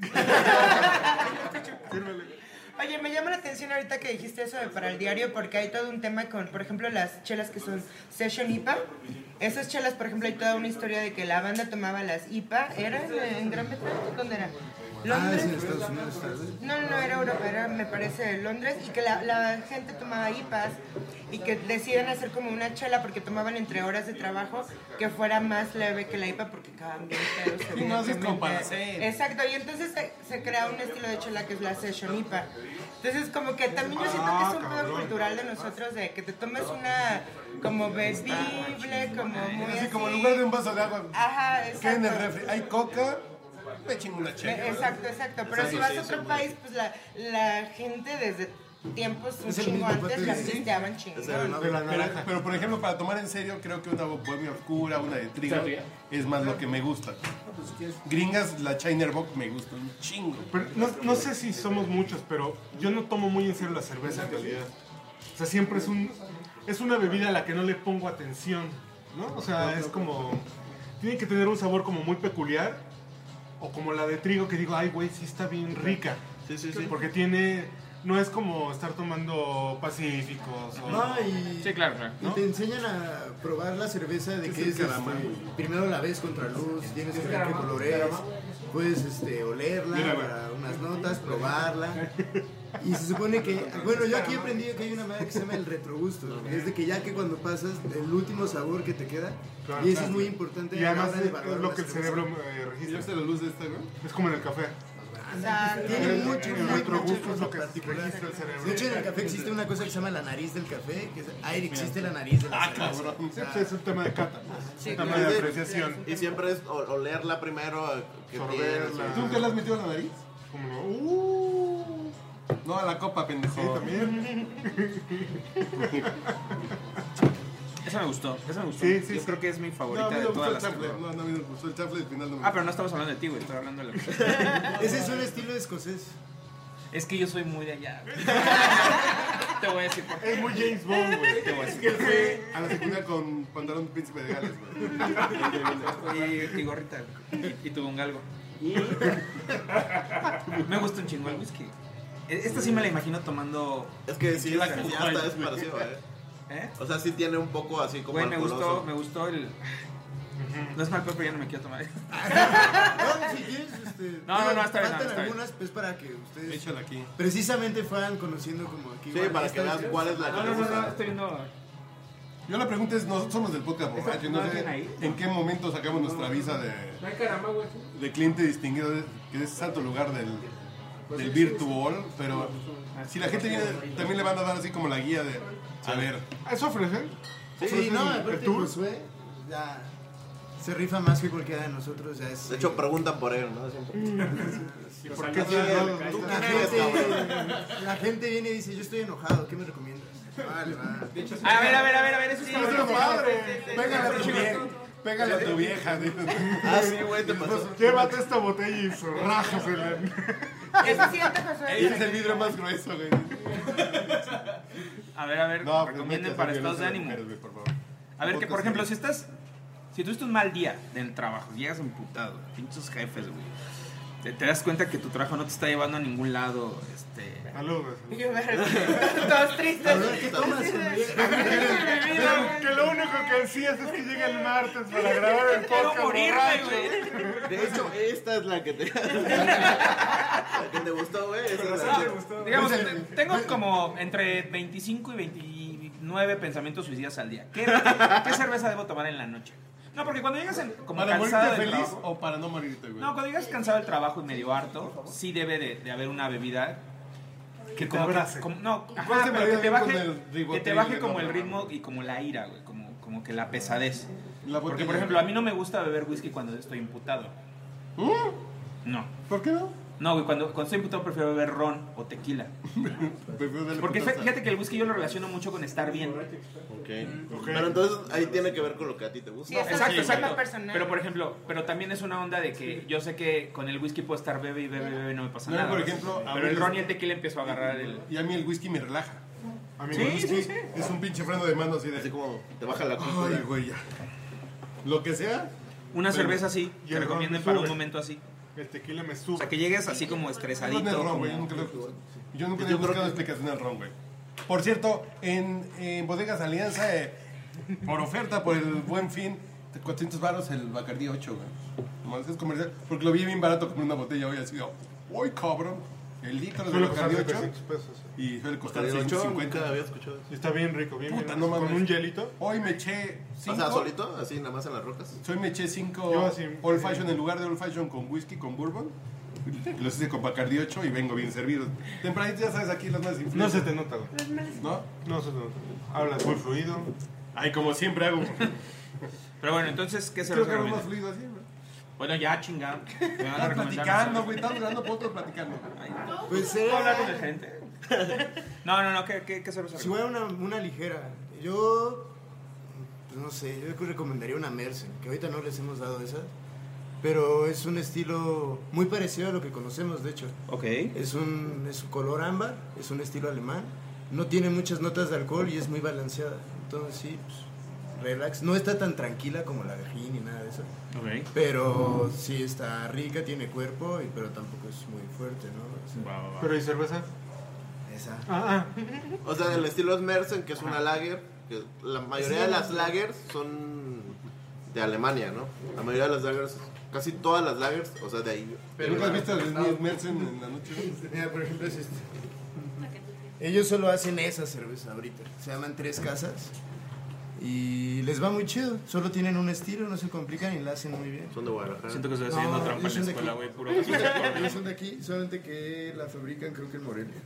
[SPEAKER 10] Oye, me llama la atención ahorita que dijiste eso de para el diario, porque hay todo un tema con, por ejemplo, las chelas que son Session IPA. Esas chelas, por ejemplo, hay toda una historia de que la banda tomaba las IPA. ¿Era en, en Gran Bretaña? ¿Dónde era?
[SPEAKER 11] Ah,
[SPEAKER 10] ¿Londres?
[SPEAKER 11] es en Estados Unidos, tal vez.
[SPEAKER 10] No, no, no, era Europa, era, me parece, Londres, y que la, la gente tomaba IPAs y que decían hacer como una chela porque tomaban entre horas de trabajo que fuera más leve que la IPA porque cada bien pedos,
[SPEAKER 8] Sí, no, eso es como para
[SPEAKER 10] evidentemente.
[SPEAKER 8] hacer.
[SPEAKER 10] Exacto, y entonces se, se crea un estilo de chela que es la Session IPA. Entonces como que también yo siento que es
[SPEAKER 8] Ah,
[SPEAKER 10] un pedo cultural de nosotros de que te tomes una como bebible, como muy
[SPEAKER 8] Así Ah,
[SPEAKER 10] así.
[SPEAKER 8] como en lugar de un vaso de agua,
[SPEAKER 10] Ajá,
[SPEAKER 8] ¿qué hay en el
[SPEAKER 10] exacto.
[SPEAKER 8] refri? Hay coca, me chingo una chela.
[SPEAKER 10] Eh, Exacto, exacto. Pero
[SPEAKER 8] Exacto,
[SPEAKER 10] si vas
[SPEAKER 8] sí,
[SPEAKER 10] a otro
[SPEAKER 8] sí,
[SPEAKER 10] país, pues la, la gente desde tiempos un
[SPEAKER 8] Es el
[SPEAKER 10] chingo
[SPEAKER 8] mismo
[SPEAKER 10] antes
[SPEAKER 8] papel,
[SPEAKER 10] la
[SPEAKER 8] sí.
[SPEAKER 10] pisteaban chingón.
[SPEAKER 8] pero, pero, por ejemplo, para tomar en serio, creo que una bohemia oscura, una de trigo,
[SPEAKER 15] ¿Sabía?
[SPEAKER 8] es más lo que me gusta. pues, Gringas, la Chiner Bock me gusta un chingo.
[SPEAKER 7] Pero no, no sé si somos muchos, pero yo no tomo muy en serio la cerveza en realidad. O sea, siempre es un es una bebida a la que no le pongo atención, ¿no? O sea, es como tiene que tener un sabor como muy peculiar o como la de trigo que digo, "Ay, güey, sí está bien rica."
[SPEAKER 12] Sí, sí, sí.
[SPEAKER 7] Porque tiene no es como estar tomando pacíficos o
[SPEAKER 11] No, y,
[SPEAKER 9] Sí, claro, claro.
[SPEAKER 11] y te enseñan a probar la cerveza de
[SPEAKER 8] Es
[SPEAKER 11] que
[SPEAKER 8] el
[SPEAKER 11] es este,
[SPEAKER 8] calamari.
[SPEAKER 11] primero la ves contra luz, tienes que ver qué color es, puedes este, olerla
[SPEAKER 8] Mira, güey.
[SPEAKER 11] para unas notas, probarla. Y se supone que, bueno, yo aquí he aprendido que hay una madre que se llama el retrogusto, que es de que ya que cuando pasas, el último sabor que te queda,
[SPEAKER 7] Claro,
[SPEAKER 11] y eso es
[SPEAKER 7] claro.
[SPEAKER 11] muy importante
[SPEAKER 7] Y
[SPEAKER 11] a la
[SPEAKER 7] además
[SPEAKER 11] hora de
[SPEAKER 7] es,
[SPEAKER 11] valorar
[SPEAKER 7] lo
[SPEAKER 11] la
[SPEAKER 7] que el
[SPEAKER 11] cerveza.
[SPEAKER 7] cerebro eh, registra.
[SPEAKER 8] la luz de esta,
[SPEAKER 7] Es como en el café.
[SPEAKER 11] Tiene
[SPEAKER 7] El-
[SPEAKER 11] mucho,
[SPEAKER 7] el
[SPEAKER 11] mucho,
[SPEAKER 7] retrogusto
[SPEAKER 11] mucho
[SPEAKER 7] es lo que
[SPEAKER 11] particular.
[SPEAKER 7] registra el cerebro.
[SPEAKER 11] De hecho, en el café existe una cosa que se llama la nariz del café, que es, aire existe la nariz del
[SPEAKER 8] Ah,
[SPEAKER 11] café.
[SPEAKER 8] cabrón.
[SPEAKER 7] Sí, pues, es un tema de cata,
[SPEAKER 10] Sí,
[SPEAKER 7] un tema
[SPEAKER 12] claro.
[SPEAKER 7] de apreciación.
[SPEAKER 12] Y siempre es o- olerla primero, eh, que
[SPEAKER 7] Sorberla.
[SPEAKER 12] tienes.
[SPEAKER 8] ¿Tú nunca la has metido a la nariz?
[SPEAKER 7] Como no, ¡uh!
[SPEAKER 8] No, a la copa, pendejo.
[SPEAKER 7] Sí, también.
[SPEAKER 9] Esa me gustó, esa me gustó.
[SPEAKER 7] Sí, sí,
[SPEAKER 9] Yo
[SPEAKER 7] sí.
[SPEAKER 9] creo que es mi
[SPEAKER 8] No, a
[SPEAKER 9] favorita
[SPEAKER 8] mí
[SPEAKER 9] de
[SPEAKER 8] me gustó
[SPEAKER 9] todas
[SPEAKER 8] el
[SPEAKER 9] las que
[SPEAKER 8] chafle.
[SPEAKER 9] probé.
[SPEAKER 8] No, no, a mí me gustó el chafle, al final no me
[SPEAKER 9] Ah, pero no estamos hablando de ti, güey, estoy hablando de la...
[SPEAKER 11] Ese es un estilo escocés.
[SPEAKER 9] Es que yo soy muy de allá. güey. Te voy a decir por qué.
[SPEAKER 7] Es muy James Bond, güey.
[SPEAKER 9] Te voy a decir
[SPEAKER 8] Que fue a la secundaria con pantalón de príncipe de Gales, güey.
[SPEAKER 9] Y, y gorrita. güey. Y, y tuvo un galgo. Me gusta un chingo el whisky. E- Esta sí me la imagino tomando.
[SPEAKER 12] Es que sí,
[SPEAKER 9] La
[SPEAKER 12] es- ya
[SPEAKER 9] copa,
[SPEAKER 12] está desparecido, eh.
[SPEAKER 9] ¿Eh?
[SPEAKER 12] O sea, sí tiene un poco así como
[SPEAKER 9] Güey, me gustó,
[SPEAKER 12] alcoholoso.
[SPEAKER 9] me gustó el. No es mal pero ya no me quiero tomar.
[SPEAKER 11] No, si quieres, este,
[SPEAKER 9] No, no, no, está bien,
[SPEAKER 11] faltan
[SPEAKER 9] no, está bien.
[SPEAKER 11] algunas, pues para que ustedes
[SPEAKER 8] Échala aquí.
[SPEAKER 11] precisamente fueran conociendo como aquí.
[SPEAKER 12] Sí,
[SPEAKER 11] igual,
[SPEAKER 12] para que
[SPEAKER 11] esta
[SPEAKER 12] veas
[SPEAKER 11] es-
[SPEAKER 12] cuál es la que te gusta.
[SPEAKER 9] estoy viendo.
[SPEAKER 8] Yo la pregunta es, nosotros somos del podcast borracho, no
[SPEAKER 9] no
[SPEAKER 8] sé
[SPEAKER 9] tiene ahí?
[SPEAKER 8] en qué momento sacamos nuestra visa de,
[SPEAKER 14] No hay caramba, güey.
[SPEAKER 8] de cliente distinguido, de- que es santo lugar del, del virtual, pero si la gente viene, también le van a dar así como la guía de, a ver,
[SPEAKER 7] ¿Eso ofrecen?
[SPEAKER 11] Sí, no,
[SPEAKER 7] ¿El
[SPEAKER 11] aparte
[SPEAKER 7] tour?
[SPEAKER 11] Josué ya se rifa más que cualquiera de nosotros. Ya es,
[SPEAKER 12] De hecho, preguntan por él, ¿no? Siempre.
[SPEAKER 7] ¿Y por qué
[SPEAKER 12] Sí,
[SPEAKER 7] tiene-
[SPEAKER 12] ¿Tú
[SPEAKER 11] la,
[SPEAKER 12] qué eres, cabrón?
[SPEAKER 11] gente, la gente viene y dice, yo estoy enojado, ¿qué me recomiendas? Vale, va.
[SPEAKER 9] A ver, a ver, a ver, a ver, eso está
[SPEAKER 8] ¡Eso
[SPEAKER 9] bueno.
[SPEAKER 8] es padre! Pégale a tu vieja, pégale a tu vieja.
[SPEAKER 12] Ah, sí, güey, te pasó.
[SPEAKER 7] Llévate esta botella y se rájasela.
[SPEAKER 10] Eso siente, Josué.
[SPEAKER 8] Es el vidrio más grueso, güey.
[SPEAKER 9] A ver, a ver,
[SPEAKER 8] No, pues,
[SPEAKER 9] recomienden
[SPEAKER 8] métete,
[SPEAKER 9] para
[SPEAKER 8] violencia
[SPEAKER 9] estados de ánimo.
[SPEAKER 8] mujeres, güey, por favor.
[SPEAKER 9] A ver, que por
[SPEAKER 8] Podcast
[SPEAKER 9] ejemplo,
[SPEAKER 8] de-
[SPEAKER 9] si estás. Si tuviste un mal día del trabajo, llegas emputado, pinches jefes, güey. Te, te das cuenta que tu trabajo no te está llevando a ningún lado, este.
[SPEAKER 7] Saludos.
[SPEAKER 10] Y yo, verga, Todos tristes.
[SPEAKER 11] A ver, ¿qué tomas?
[SPEAKER 10] Sí, de- de- de- de- de-
[SPEAKER 7] Que lo único que decías es que llega el martes para grabar el
[SPEAKER 12] Quiero
[SPEAKER 7] podcast.
[SPEAKER 12] morirme,
[SPEAKER 7] borracho.
[SPEAKER 12] De hecho, esta es la que te. la que te gustó, güey. esa es la-
[SPEAKER 9] Digamos, te- tengo como entre 25 y 29 pensamientos suicidas al día. ¿Qué, qué cerveza debo tomar en la noche? No, porque cuando llegas en- como
[SPEAKER 8] ¿Para
[SPEAKER 9] cansado
[SPEAKER 8] morirte
[SPEAKER 9] del
[SPEAKER 8] feliz
[SPEAKER 9] trabajo-
[SPEAKER 8] o para no morirte, güey?
[SPEAKER 9] No, cuando llegas cansado del trabajo y medio harto, sí debe de, de haber una bebida que como, que,
[SPEAKER 8] abrace.
[SPEAKER 9] como- no,
[SPEAKER 8] ¿Cuál
[SPEAKER 9] ajá,
[SPEAKER 8] se
[SPEAKER 9] pero que
[SPEAKER 8] me
[SPEAKER 9] te
[SPEAKER 8] viene con
[SPEAKER 9] baje,
[SPEAKER 8] el ribotril
[SPEAKER 9] que te baje
[SPEAKER 8] de
[SPEAKER 9] como
[SPEAKER 8] Don
[SPEAKER 9] el ritmo y como la ira, güey, como, como que la pesadez. Porque por ejemplo, a mí no me gusta beber whisky cuando estoy imputado. No.
[SPEAKER 8] ¿Mm? ¿Por qué no?
[SPEAKER 9] No, güey, cuando, cuando estoy imputado prefiero beber ron o tequila. Porque fe- fíjate que el whisky yo lo relaciono mucho con estar bien.
[SPEAKER 12] Ok. Pero entonces ahí tiene que ver con lo que a ti te gusta.
[SPEAKER 9] No, exacto, exacto.
[SPEAKER 10] personal.
[SPEAKER 9] Pero por ejemplo, pero también es una onda de que yo sé que con el whisky puedo estar bebe y bebe y bebe y no me pasa
[SPEAKER 8] No,
[SPEAKER 9] nada.
[SPEAKER 8] por
[SPEAKER 9] ¿no?
[SPEAKER 8] ejemplo, a
[SPEAKER 9] pero
[SPEAKER 8] mí
[SPEAKER 9] el
[SPEAKER 8] es-
[SPEAKER 9] ron y el tequila empiezo a agarrar el
[SPEAKER 8] Y a mí el whisky me relaja. A mí
[SPEAKER 9] Sí,
[SPEAKER 8] el whisky
[SPEAKER 9] sí, sí.
[SPEAKER 8] es un pinche freno de mano así de. Así
[SPEAKER 12] como te baja la
[SPEAKER 8] Ay, güey, ya. Lo que sea.
[SPEAKER 9] Una
[SPEAKER 8] pero-
[SPEAKER 9] cerveza así,
[SPEAKER 8] Y
[SPEAKER 9] te
[SPEAKER 8] el
[SPEAKER 9] recomiendo
[SPEAKER 8] ron me
[SPEAKER 9] para un
[SPEAKER 8] sube.
[SPEAKER 9] momento así.
[SPEAKER 7] El tequila me sube. O
[SPEAKER 9] sea, que llegues así como estresadito.
[SPEAKER 8] Yo nunca,
[SPEAKER 9] como-
[SPEAKER 8] güey, yo nunca lo-
[SPEAKER 12] Pues
[SPEAKER 8] yo nunca le he buscado explicación al ron, güey. Por cierto, en, en Bodegas Alianza, eh, por oferta, por el buen fin, 400 baros el Bacardí 8, güey. Nomás es comercial, porque lo vi bien barato como una botella hoy, así, hoy cabrón, el litro de
[SPEAKER 7] Suele costar
[SPEAKER 8] Bacardí 8.
[SPEAKER 7] 300 pesos. eh.
[SPEAKER 8] Y suele costar
[SPEAKER 12] Bacardí 8,
[SPEAKER 8] 650.
[SPEAKER 12] nunca había escuchado eso.
[SPEAKER 7] Y está bien rico, bien
[SPEAKER 8] Puta,
[SPEAKER 7] bien
[SPEAKER 8] no
[SPEAKER 7] rico.
[SPEAKER 8] mames.
[SPEAKER 7] Con un hielito.
[SPEAKER 8] Hoy me eché
[SPEAKER 12] O
[SPEAKER 8] cinco.
[SPEAKER 12] sea, solito, así nada más en las rocas.
[SPEAKER 8] Soy me eché 5
[SPEAKER 12] Yo así,
[SPEAKER 8] old
[SPEAKER 12] sí.
[SPEAKER 8] fashion en lugar de old fashion con whisky, con bourbon. Los hice con Bacardi 8 y vengo bien servido. Tempranito, ya sabes, aquí las más influencias.
[SPEAKER 7] No se te nota, güey.
[SPEAKER 8] ¿No?
[SPEAKER 7] No se te nota. Hablas muy fluido.
[SPEAKER 8] Ay, como siempre hago.
[SPEAKER 9] Pero bueno, entonces, ¿qué
[SPEAKER 8] Creo
[SPEAKER 9] cerveza
[SPEAKER 8] que hago más
[SPEAKER 9] recomiendas?
[SPEAKER 8] fluido así, güey.
[SPEAKER 9] Bueno, ya chingado. Me van a
[SPEAKER 8] Estás
[SPEAKER 9] recomendar una
[SPEAKER 8] platicando,
[SPEAKER 9] cerveza.
[SPEAKER 8] güey. Estamos hablando fotos platicando.
[SPEAKER 11] Pues
[SPEAKER 9] ¿Puedo
[SPEAKER 11] era-
[SPEAKER 9] hablar con la gente? No, no, no, ¿qué, qué, qué cerveza
[SPEAKER 11] Si fuera una, una ligera, yo. pues no sé, yo creo que recomendaría una Mersen, que ahorita no les hemos dado esa. Pero es un estilo muy parecido a lo que conocemos, de hecho.
[SPEAKER 9] Ok.
[SPEAKER 11] Es un, es un color ámbar, es un estilo alemán. No tiene muchas notas de alcohol y es muy balanceada. Entonces, sí, pues, relax. No está tan tranquila como la de gin ni nada de eso.
[SPEAKER 9] Ok.
[SPEAKER 11] Pero sí está rica, tiene cuerpo, y, pero tampoco es muy fuerte, ¿no? O sea,
[SPEAKER 7] Pero ¿y cerveza?
[SPEAKER 11] Esa.
[SPEAKER 7] Ah,
[SPEAKER 12] O sea, el estilo es Mersen, que es una lager. Que la mayoría de las lagers son de Alemania, ¿no? La mayoría de las lagers, casi todas las lagers, o sea, de ahí.
[SPEAKER 8] ¿Nunca has visto a Smith Mersen en la noche?
[SPEAKER 11] Mira, por ejemplo, es este. Ellos solo hacen esa cerveza ahorita. Se llaman Tres Casas. Y les va muy chido. Solo tienen un estilo, no se complican y la hacen muy bien.
[SPEAKER 12] Son de Guadalajara.
[SPEAKER 9] Siento que estoy haciendo trampa en la
[SPEAKER 11] ellos son de
[SPEAKER 9] escuela,
[SPEAKER 11] aquí.
[SPEAKER 9] güey, puro-
[SPEAKER 11] Ellos son de aquí, solamente que la fabrican creo que en Morelia.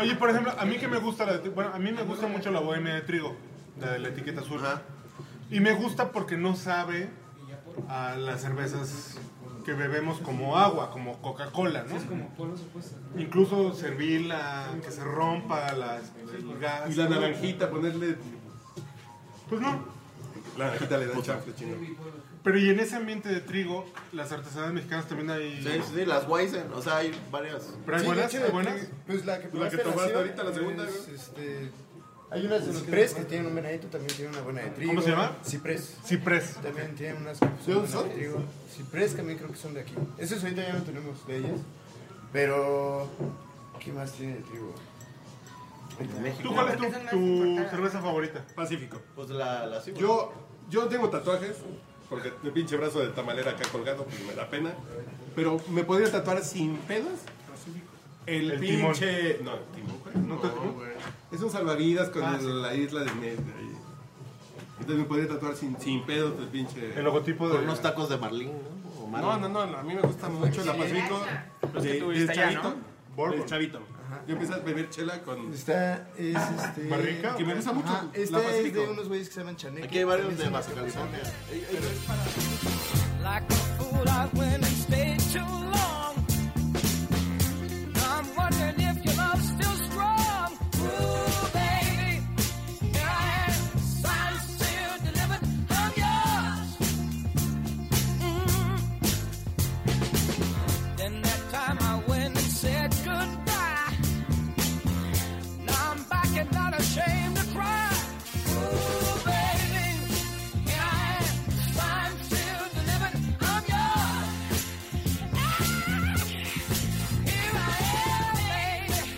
[SPEAKER 7] Oye, por ejemplo, a mí que me gusta la de, bueno, a mí me gusta mucho la bohemia de trigo, la de la etiqueta azul. Y me gusta porque no sabe a las cervezas que bebemos como agua, como Coca-Cola, ¿no? Incluso servirla, que se rompa las el gas.
[SPEAKER 8] Y la naranjita, ponerle.
[SPEAKER 7] Pues no.
[SPEAKER 8] La naranjita le da chanfle, chingón.
[SPEAKER 7] Pero y en ese ambiente de trigo, las artesanas mexicanas también hay.
[SPEAKER 12] Sí, sí, sí, las Weizen, o sea, hay varias.
[SPEAKER 7] ¿Pero hay
[SPEAKER 11] Sí, de
[SPEAKER 7] buenas?
[SPEAKER 11] hecho,
[SPEAKER 7] ¿Hay buenas?
[SPEAKER 11] Pues la que, probaste
[SPEAKER 8] tomaste
[SPEAKER 11] Sion
[SPEAKER 8] ahorita, la segunda,
[SPEAKER 11] es, este, hay unas de Ciprés que tienen un venadito, también tienen una buena de trigo.
[SPEAKER 7] ¿Cómo se llama?
[SPEAKER 11] Ciprés.
[SPEAKER 7] Ciprés.
[SPEAKER 11] También tienen unas que
[SPEAKER 7] ¿De
[SPEAKER 11] son
[SPEAKER 7] dónde
[SPEAKER 11] buenas de
[SPEAKER 7] son?
[SPEAKER 11] trigo. Ciprés también creo que son de aquí. Esas ahorita ya no tenemos de ellas. Pero, ¿qué más tiene de trigo?
[SPEAKER 7] ¿Tú cuál es tu, tu cerveza favorita?
[SPEAKER 8] Pacífico.
[SPEAKER 12] Pues la, la sí, güey.
[SPEAKER 8] Yo, yo tengo tatuajes, porque mi pinche brazo de tamalera acá colgado, pues me da pena. Pero me podría tatuar sin pedos. El,
[SPEAKER 7] El timón.
[SPEAKER 8] pinche. No, el timón, güey. No,
[SPEAKER 7] te-
[SPEAKER 8] güey. Es un salvavidas con
[SPEAKER 7] Ah,
[SPEAKER 8] el-
[SPEAKER 7] sí.
[SPEAKER 8] la isla de Ned. ahí. Entonces me podría tatuar sin, sin pedos el pinche.
[SPEAKER 7] El logotipo de-
[SPEAKER 12] Con unos tacos de Marlín, ¿no? O
[SPEAKER 8] No,
[SPEAKER 12] Marlin.
[SPEAKER 8] no, no, a mí me gusta mucho la Pacífico.
[SPEAKER 9] Los que
[SPEAKER 8] de-
[SPEAKER 9] tuviste
[SPEAKER 8] del
[SPEAKER 9] allá,
[SPEAKER 8] chavito.
[SPEAKER 9] ¿no?
[SPEAKER 8] Del chavito. Yo empecé a beber chela con.
[SPEAKER 11] Esta es este.
[SPEAKER 8] Barrica, Que me gusta mucho
[SPEAKER 11] Ajá,
[SPEAKER 8] la
[SPEAKER 11] Esta es
[SPEAKER 8] Pacífico.
[SPEAKER 11] de unos güeyes que se llaman Chaneque.
[SPEAKER 12] Aquí hay varios
[SPEAKER 11] También
[SPEAKER 12] de
[SPEAKER 11] son
[SPEAKER 12] Baja California.
[SPEAKER 11] Pero es para-
[SPEAKER 1] Like a fool, I went and stayed too long. I'm wondering if your love's still strong. Ooh, baby, yeah, signed, sealed, delivered, I'm yours. Mm. Then that time I went and said goodbye. Now I'm back and not ashamed to cry. Ooh, baby, yeah, signed, sealed, delivered, I'm yours. Oh, Ah, Ah,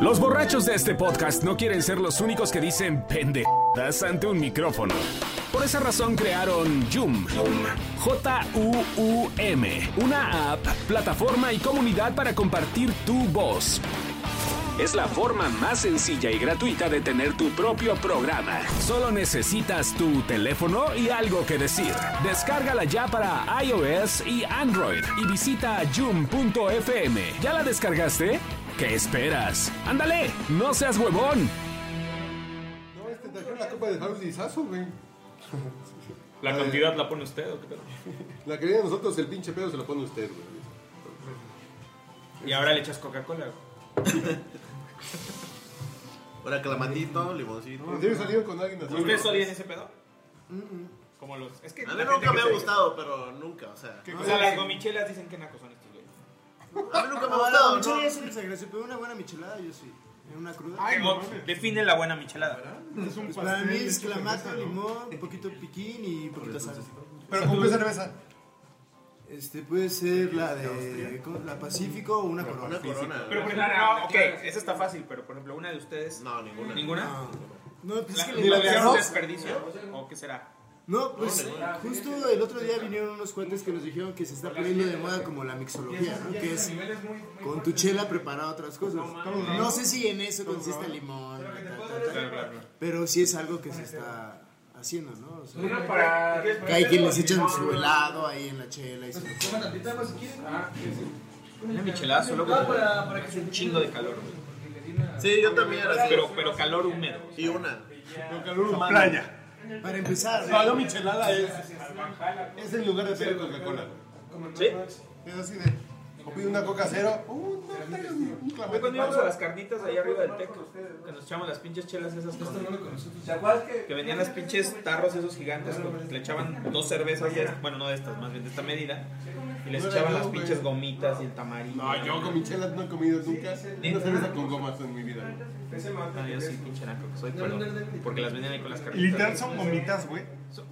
[SPEAKER 2] Los borrachos de este podcast no quieren ser los únicos que dicen pendejadas ante un micrófono. Por esa razón crearon Joom, J-U-U-M, una app, plataforma y comunidad para compartir tu voz. Es la forma más sencilla y gratuita de tener tu propio programa. Solo necesitas tu teléfono y algo que decir. Descárgala ya para iOS y Android y visita joom.fm. ¿Ya la descargaste? ¿Qué esperas? ¡Ándale! ¡No seas huevón!
[SPEAKER 8] No, este trajeron la copa de Harold y Sasso, güey.
[SPEAKER 15] ¿La
[SPEAKER 8] Ay.
[SPEAKER 15] cantidad la pone usted o qué tal?
[SPEAKER 8] La querida de nosotros, el pinche pedo se lo pone usted, güey.
[SPEAKER 9] Y ahora le echas Coca-Cola.
[SPEAKER 12] Ahora clamatito, limoncito.
[SPEAKER 8] ¿En serio salieron con alguien así?
[SPEAKER 9] ¿Ustedes solían ese pedo? Como los. Es que la
[SPEAKER 12] A mí
[SPEAKER 9] gente
[SPEAKER 12] nunca
[SPEAKER 9] que
[SPEAKER 12] me ha
[SPEAKER 9] se-
[SPEAKER 12] gustado, pero nunca, o sea.
[SPEAKER 9] O sea, las gomichelas dicen que nacos son estos, güey.
[SPEAKER 12] A mí nunca me ha
[SPEAKER 11] Ah,
[SPEAKER 12] gustado,
[SPEAKER 11] la michelada
[SPEAKER 12] ¿no?
[SPEAKER 11] es una exageración, pero una buena michelada yo sí. En una cruda.
[SPEAKER 9] Que go- define la buena michelada, ¿verdad?
[SPEAKER 11] Es un Pues Para
[SPEAKER 9] pastel
[SPEAKER 11] mí
[SPEAKER 9] hecho
[SPEAKER 11] es
[SPEAKER 9] con
[SPEAKER 11] clamato,
[SPEAKER 9] cerveza, ¿no?
[SPEAKER 11] limón, un poquito de piquín y poquito sal.
[SPEAKER 8] Pero con qué cerveza.
[SPEAKER 11] Este puede ser la de ¿cómo? la Pacífico o una corona.
[SPEAKER 9] Pero por ejemplo, no, ok, esa está fácil, pero por ejemplo, una de ustedes. No, ninguna. ¿Ninguna?
[SPEAKER 11] No, pues es
[SPEAKER 9] La-
[SPEAKER 11] que
[SPEAKER 9] ¿Ni la de
[SPEAKER 11] arroz?
[SPEAKER 9] desperdicio? ¿O qué será?
[SPEAKER 11] No, pues justo el otro día vinieron unos cuates que nos dijeron que se está poniendo de moda como la mixología, ¿no? Que es con tu chela preparada otras cosas. No sé si en eso consiste el limón, ta, ta, ta, pero sí es algo que se
[SPEAKER 12] Este.
[SPEAKER 11] está haciendo, ¿no? O sea,
[SPEAKER 14] Una para-
[SPEAKER 11] que hay quienes echan su helado ahí en la chela y su...
[SPEAKER 9] Una michelada solo como es un chingo de calor, güey.
[SPEAKER 12] Sí, yo también era así.
[SPEAKER 9] Pero, pero calor húmedo.
[SPEAKER 12] Y una.
[SPEAKER 8] Con calor humano.
[SPEAKER 11] Para empezar.
[SPEAKER 8] No, la michelada es. Es en lugar de pedir Coca-Cola.
[SPEAKER 9] ¿Sí?
[SPEAKER 8] Es así de. O pide una coca cero. Uh, no, traigo ni un
[SPEAKER 9] Fue
[SPEAKER 8] clamato.
[SPEAKER 9] cuando íbamos a las carnitas allá arriba del teco, que nos echamos las pinches chelas esas con... Que venían las pinches tarros esos gigantes, con- le echaban dos cervezas, de estas- bueno, no de estas, más bien de esta medida, y les
[SPEAKER 8] No era
[SPEAKER 9] echaban
[SPEAKER 8] yo,
[SPEAKER 9] las
[SPEAKER 8] güey.
[SPEAKER 9] pinches gomitas y el tamarindo.
[SPEAKER 8] No, yo con michelas no he comido nunca. Una cerveza con gomas en mi vida.
[SPEAKER 9] No, Ah, yo sí, pinche naco que soy, pero... Porque las vendían ahí con las
[SPEAKER 7] Y
[SPEAKER 9] carnitas.
[SPEAKER 7] literal son gomitas, güey.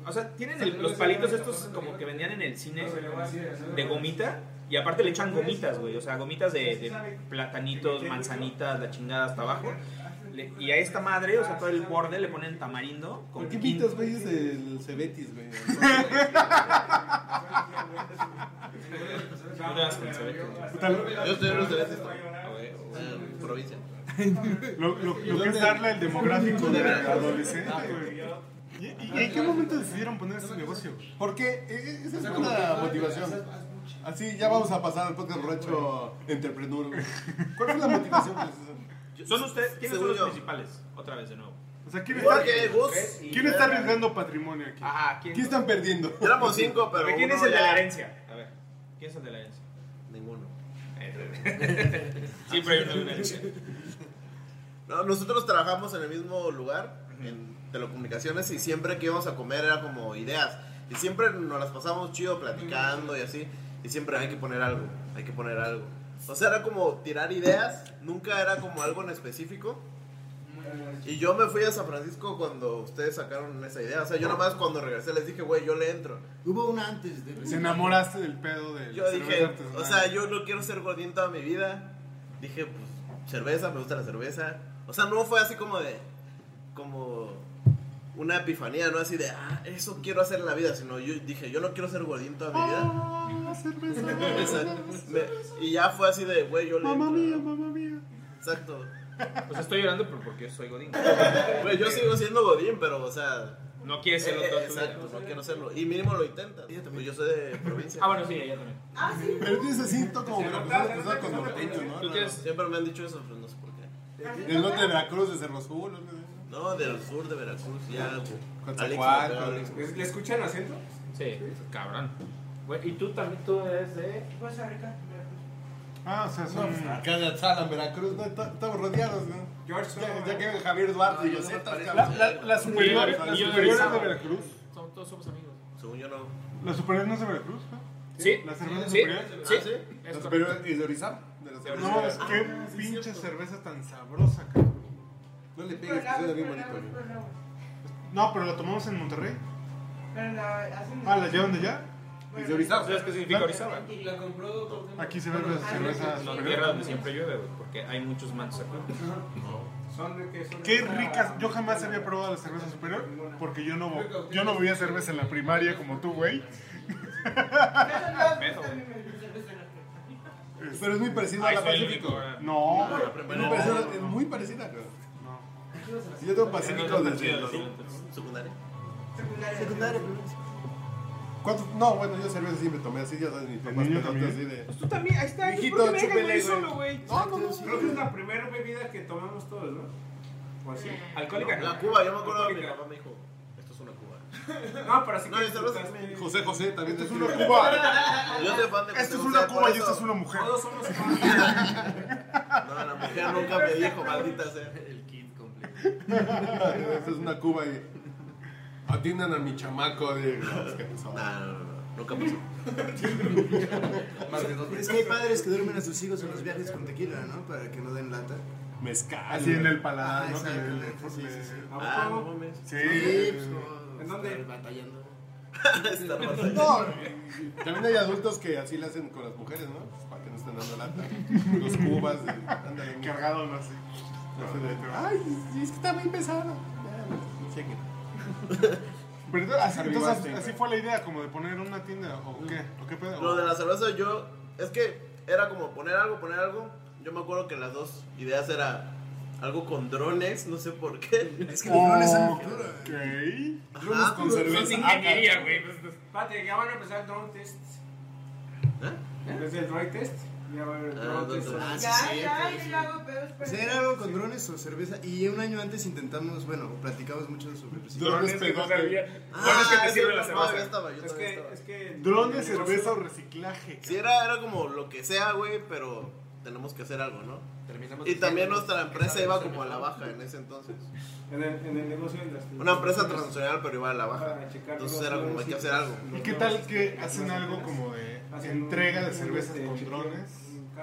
[SPEAKER 9] O sea, tienen el- los palitos estos como que vendían en el cine de gomita. Y aparte le echan gomitas, güey. O sea, gomitas de, de platanitos, manzanitas, la chingada hasta abajo. Le- y a esta madre, o sea, todo el borde le ponen tamarindo. Con
[SPEAKER 8] ¿Por qué
[SPEAKER 9] piquín.
[SPEAKER 8] pintas güeyes del Cebetis, güey?
[SPEAKER 9] No le das con cebete, güey.
[SPEAKER 12] Yo estoy en los derechos. En provincia.
[SPEAKER 7] Lo, lo- lo que es darle al demográfico de adolescente, güey. ¿Y, y- y en qué momento decidieron poner ese negocio?
[SPEAKER 8] Porque eh, esa es una motivación. Así ya vamos a pasar al podcast borracho entrepreneur. güey. ¿Cuál es la motivación?
[SPEAKER 9] ¿Son ustedes? ¿Quiénes son
[SPEAKER 8] Según
[SPEAKER 9] los
[SPEAKER 8] yo.
[SPEAKER 9] principales? Otra vez de nuevo.
[SPEAKER 7] O sea, ¿quién está,
[SPEAKER 12] Jorge, Gus.
[SPEAKER 7] ¿quién está arriesgando patrimonio aquí?
[SPEAKER 9] Ajá, ¿quién?
[SPEAKER 8] ¿Qué están perdiendo?
[SPEAKER 12] Éramos cinco, pero.
[SPEAKER 9] Porque ¿Quién es
[SPEAKER 12] uno
[SPEAKER 9] el de
[SPEAKER 12] ya-
[SPEAKER 9] la herencia? A ver, ¿quién es el de la herencia?
[SPEAKER 12] Ninguno.
[SPEAKER 9] Siempre hay uno de una herencia.
[SPEAKER 12] No, nosotros trabajamos en el mismo lugar, en telecomunicaciones, y siempre que íbamos a comer era como ideas. Y siempre nos las pasamos chido platicando y así. Y siempre hay que poner algo, hay que poner algo. O sea, era como tirar ideas, nunca era como algo en específico. Y yo me fui a San Francisco cuando ustedes sacaron esa idea. O sea, yo nomás cuando regresé les dije, güey, yo le entro.
[SPEAKER 11] Hubo una antes de...
[SPEAKER 7] Se enamoraste del pedo de
[SPEAKER 12] Yo dije, o sea, yo no quiero ser gordín toda mi vida. Dije, pues, cerveza, me gusta la cerveza. O sea, no fue así como de, como una epifanía, no así de, ah, eso quiero hacer en la vida, sino yo dije, yo no quiero ser gordín toda mi vida.
[SPEAKER 7] Ah,
[SPEAKER 12] Esa- me- y ya fue así de, güey, yo le.
[SPEAKER 7] Mamá
[SPEAKER 12] entro".
[SPEAKER 7] mía, mamá mía.
[SPEAKER 12] Exacto.
[SPEAKER 9] Pues estoy llorando por- porque soy Godín.
[SPEAKER 12] Güey, yo sigo siendo godín, pero, o sea.
[SPEAKER 9] No quieres
[SPEAKER 12] eh,
[SPEAKER 9] ser
[SPEAKER 12] eh,
[SPEAKER 9] otro.
[SPEAKER 12] exacto, no quiero serlo. Y mínimo lo intentas. Pues yo soy de provincia.
[SPEAKER 9] Ah, bueno, sí, ella también.
[SPEAKER 8] Pero tienes acento como veracruzano cruzado con norteño, ¿no?
[SPEAKER 9] Tú tienes-
[SPEAKER 12] Siempre me han dicho eso, pero no sé por qué.
[SPEAKER 8] Del norte de Veracruz, de Cerro Azul. ¿no?
[SPEAKER 12] No, del sur de Veracruz, ya. Alex,
[SPEAKER 8] Coatzacoalcos.
[SPEAKER 12] no, Alex.
[SPEAKER 14] ¿Le escuchan acento?
[SPEAKER 9] Sí, cabrón.
[SPEAKER 15] Güey, Y tú también, tú eres de...
[SPEAKER 7] Ah, o sea, son...
[SPEAKER 8] Callatzala, en Mm, Veracruz, ¿no? Está- estamos rodeados, ¿no?
[SPEAKER 14] George,
[SPEAKER 8] Ya, ya que ven Javier Duarte y yo sé, estás
[SPEAKER 7] La,
[SPEAKER 8] cabrón.
[SPEAKER 7] la, las superiores,
[SPEAKER 8] yo-
[SPEAKER 7] las
[SPEAKER 8] yo-
[SPEAKER 7] superiores de Veracruz.
[SPEAKER 15] Todos somos amigos.
[SPEAKER 12] Según yo no.
[SPEAKER 7] Las superiores no es de Veracruz, ¿no?
[SPEAKER 9] Sí.
[SPEAKER 7] ¿Las cervezas
[SPEAKER 9] Sí.
[SPEAKER 7] superiores?
[SPEAKER 9] Sí.
[SPEAKER 8] Los superiores y de Orizaba, de los
[SPEAKER 7] No,
[SPEAKER 8] superiores.
[SPEAKER 7] es que pinche cerveza tan sabrosa, cabrón.
[SPEAKER 8] No le pegues, que suena bien bonito. güey.
[SPEAKER 7] No, pero la tomamos en Monterrey. Ah, ¿la Ah, llevan de allá?
[SPEAKER 14] Es de Orizaba.
[SPEAKER 9] ¿Sabes qué significa
[SPEAKER 10] Ah,
[SPEAKER 9] Orizaba?
[SPEAKER 14] La compró.
[SPEAKER 7] Aquí se ven las cervezas.
[SPEAKER 9] La tierra donde siempre llueve, güey, porque hay muchos mantos acá.
[SPEAKER 14] Son de que son de
[SPEAKER 7] Qué
[SPEAKER 14] esta-
[SPEAKER 7] ricas. Yo jamás había probado la cerveza superior porque yo no, yo no bebía cerveza en la primaria como tú, güey.
[SPEAKER 8] Pero es muy parecida a la Pacífico.
[SPEAKER 7] No,
[SPEAKER 8] Es muy parecida, es muy parecida. Si yo tengo Pacífico desde los
[SPEAKER 12] secundaria.
[SPEAKER 8] Secundaria. ¿Cuánto? No, bueno, yo cerveza sí me tomé así, ya sabes, mis papás pelotas así de...
[SPEAKER 14] Pues Tú también, ahí está.
[SPEAKER 8] Mijito,
[SPEAKER 14] Hijito,
[SPEAKER 8] chúpele,
[SPEAKER 14] chúpele,
[SPEAKER 8] güey.
[SPEAKER 14] solo, güey.
[SPEAKER 8] No, no, no.
[SPEAKER 14] Creo que es la primera bebida que tomamos todos, ¿no? O así.
[SPEAKER 12] Alcohólica, ¿no? La Cuba, yo me acuerdo que mi papá me dijo, esto es una Cuba.
[SPEAKER 14] No, pero así
[SPEAKER 12] No,
[SPEAKER 14] que
[SPEAKER 12] yo solo
[SPEAKER 14] disfrutas.
[SPEAKER 12] sé-
[SPEAKER 8] José José también.
[SPEAKER 12] Esto es
[SPEAKER 8] decía.
[SPEAKER 12] una Cuba. Yo soy fan de José
[SPEAKER 7] Esto es
[SPEAKER 12] José,
[SPEAKER 7] una
[SPEAKER 12] por
[SPEAKER 7] Cuba y
[SPEAKER 12] eso. Ah,
[SPEAKER 7] esta es una mujer.
[SPEAKER 14] Todos somos
[SPEAKER 12] No, la mujer nunca me dijo, maldita sea. El kit completo.
[SPEAKER 8] Esta es una Cuba y... Atiendan a mi chamaco. De... No, es que no,
[SPEAKER 12] nunca pasó.
[SPEAKER 11] Es que hay padres que duermen a sus hijos en los viajes con tequila, ¿no? Para que no den lata.
[SPEAKER 8] Mezcal.
[SPEAKER 7] Así en el paladar,
[SPEAKER 11] Ah,
[SPEAKER 7] ¿no?
[SPEAKER 11] exactamente, sí, sí, sí.
[SPEAKER 14] Ah, no
[SPEAKER 12] mames.
[SPEAKER 7] Sí.
[SPEAKER 14] ¿En dónde?
[SPEAKER 12] Batallando.
[SPEAKER 8] No, también hay adultos que así le hacen con las mujeres, ¿no? Pues, Para que no estén dando lata. Dos cubas, eh,
[SPEAKER 7] cargado, no sé.
[SPEAKER 8] Ay, es que está muy pesado. Chequen.
[SPEAKER 7] Pero entonces, así, entonces,
[SPEAKER 14] este.
[SPEAKER 12] Arribaste.
[SPEAKER 7] así fue la idea, como de poner una tienda o qué, o qué pedo.
[SPEAKER 12] Mm. Lo de la cerveza yo, es que era como poner algo, poner algo. Yo me acuerdo que las dos ideas era algo con drones, no sé por qué. Es
[SPEAKER 11] que los drones son
[SPEAKER 7] Ok.
[SPEAKER 12] Drones con cerveza.
[SPEAKER 14] Es ingeniería, güey. Pues, pues, Espérate, ya van a empezar el drone test. ¿Eh? Desde el drone test. Ya va a haber el
[SPEAKER 12] Ah,
[SPEAKER 14] drone test.
[SPEAKER 11] ah, sí,
[SPEAKER 10] Ya,
[SPEAKER 11] sí,
[SPEAKER 10] ya,
[SPEAKER 11] sí.
[SPEAKER 10] yo ya hago pedos, pero-
[SPEAKER 11] ¿Será algo con drones o cerveza? Y un año antes intentamos, bueno, platicamos mucho sobre
[SPEAKER 14] Drones que no servían.
[SPEAKER 12] Ah,
[SPEAKER 14] Drones que te
[SPEAKER 12] sí,
[SPEAKER 14] sirven la
[SPEAKER 12] no, yo
[SPEAKER 14] cerveza.
[SPEAKER 12] estaba, yo
[SPEAKER 14] Es
[SPEAKER 12] todavía
[SPEAKER 14] que,
[SPEAKER 12] estaba.
[SPEAKER 14] es que.
[SPEAKER 7] Drones, cerveza o reciclaje.
[SPEAKER 12] Sí, era, era como lo que sea, güey, pero tenemos que hacer algo, ¿no?
[SPEAKER 14] Pues,
[SPEAKER 12] Y también nuestra empresa iba como a la baja en ese entonces.
[SPEAKER 14] En el, en el negocio de las-
[SPEAKER 12] Una empresa transnacional, pero iba a la baja.
[SPEAKER 14] Para checar
[SPEAKER 12] Entonces
[SPEAKER 14] los
[SPEAKER 12] era como, hay
[SPEAKER 14] drones
[SPEAKER 12] que
[SPEAKER 14] y
[SPEAKER 12] hacer
[SPEAKER 14] los-
[SPEAKER 12] algo.
[SPEAKER 7] ¿Y qué tal que hacen algo como de entrega de cervezas con drones?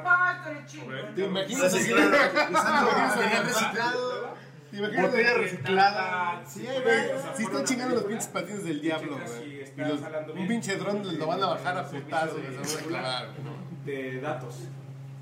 [SPEAKER 10] Ah, estaría chido.
[SPEAKER 7] ¿Te
[SPEAKER 8] imaginas así?
[SPEAKER 11] reciclado.
[SPEAKER 12] Pues,
[SPEAKER 8] ¿Te imaginas?
[SPEAKER 7] Botella
[SPEAKER 14] Ah,
[SPEAKER 7] reciclada.
[SPEAKER 8] Sí, güey. Si están chingando los pinches patines del diablo, güey. Y los- un pinche dron lo van a bajar a putazos, güey. Se van a clavar, ¿no?
[SPEAKER 14] De datos.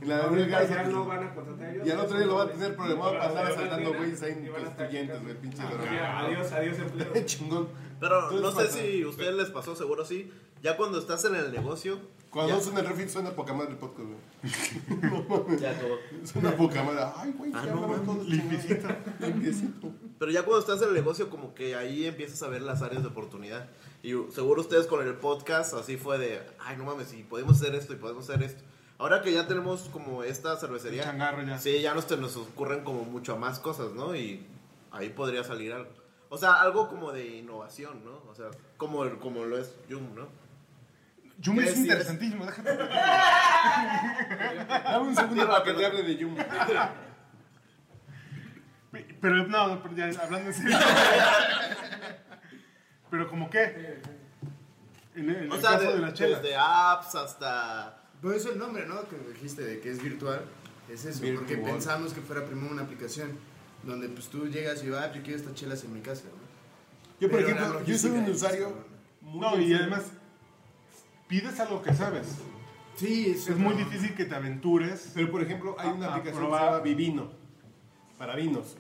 [SPEAKER 8] Y la de
[SPEAKER 14] Ahorita
[SPEAKER 8] Abril Garza,
[SPEAKER 14] ya
[SPEAKER 8] pues,
[SPEAKER 14] no van a contratar ellos.
[SPEAKER 8] Y al otro día lo va a tener programado
[SPEAKER 14] Ahora
[SPEAKER 8] para andar
[SPEAKER 14] se van a
[SPEAKER 8] asaltando
[SPEAKER 14] tener-
[SPEAKER 8] güeyes ahí en constituyentes, güey. Pinche dron.
[SPEAKER 14] Ya, adiós, adiós, empleo.
[SPEAKER 8] Chingón.
[SPEAKER 12] Pero
[SPEAKER 8] Entonces,
[SPEAKER 12] no sé
[SPEAKER 8] pasa.
[SPEAKER 12] si a ustedes les pasó, seguro sí. Ya cuando estás en el negocio.
[SPEAKER 8] Cuando
[SPEAKER 12] ya-
[SPEAKER 8] suena el refit suena poca madre el podcast, güey.
[SPEAKER 12] ya acabó.
[SPEAKER 8] Suena poca madre. Ay, güey,
[SPEAKER 12] Ah,
[SPEAKER 8] ya
[SPEAKER 12] no,
[SPEAKER 8] hablaban todos
[SPEAKER 7] Limpiecito.
[SPEAKER 8] Limpiecito.
[SPEAKER 12] Pero ya cuando estás en el negocio, como que ahí empiezas a ver las áreas de oportunidad. Y seguro ustedes con el podcast así fue de, ay, no mames, si podemos hacer esto y podemos hacer esto. Ahora que ya tenemos como esta cervecería.
[SPEAKER 7] El changarro ya.
[SPEAKER 12] Sí, ya nos, te- nos ocurren como mucho más cosas, ¿no? Y ahí podría salir algo. O sea, algo como de innovación, ¿no? O sea, como, el- como lo es Yum, ¿no?
[SPEAKER 7] Yumi
[SPEAKER 12] ¿Qué
[SPEAKER 7] es
[SPEAKER 12] decías?
[SPEAKER 7] interesantísimo, déjate.
[SPEAKER 8] Dame un segundo para que te hable de Yum.
[SPEAKER 7] Pero no, pero ya hablando en serio. Pero como qué? En, el- en
[SPEAKER 12] O
[SPEAKER 7] el
[SPEAKER 12] sea,
[SPEAKER 7] caso
[SPEAKER 12] de-
[SPEAKER 7] de, la chela.
[SPEAKER 12] desde apps hasta...
[SPEAKER 11] Por eso el nombre, ¿no? Que dijiste de que es virtual, es eso,
[SPEAKER 8] Virtual.
[SPEAKER 11] porque pensamos que fuera primero una aplicación donde pues tú llegas y vas, ah, yo quiero estas chelas en mi casa, ¿no?
[SPEAKER 8] Yo, por
[SPEAKER 11] Pero la
[SPEAKER 8] ejemplo, yo soy
[SPEAKER 11] logística
[SPEAKER 8] un
[SPEAKER 11] es
[SPEAKER 8] usuario.
[SPEAKER 11] cabrón.
[SPEAKER 8] muy
[SPEAKER 7] No, y
[SPEAKER 8] usuario.
[SPEAKER 7] además pides algo que sabes.
[SPEAKER 11] Sí,
[SPEAKER 7] Es muy difícil que te aventures.
[SPEAKER 8] Pero por ejemplo, hay una
[SPEAKER 7] a- a
[SPEAKER 8] aplicación que se
[SPEAKER 7] probar.
[SPEAKER 8] llama Vivino para vinos.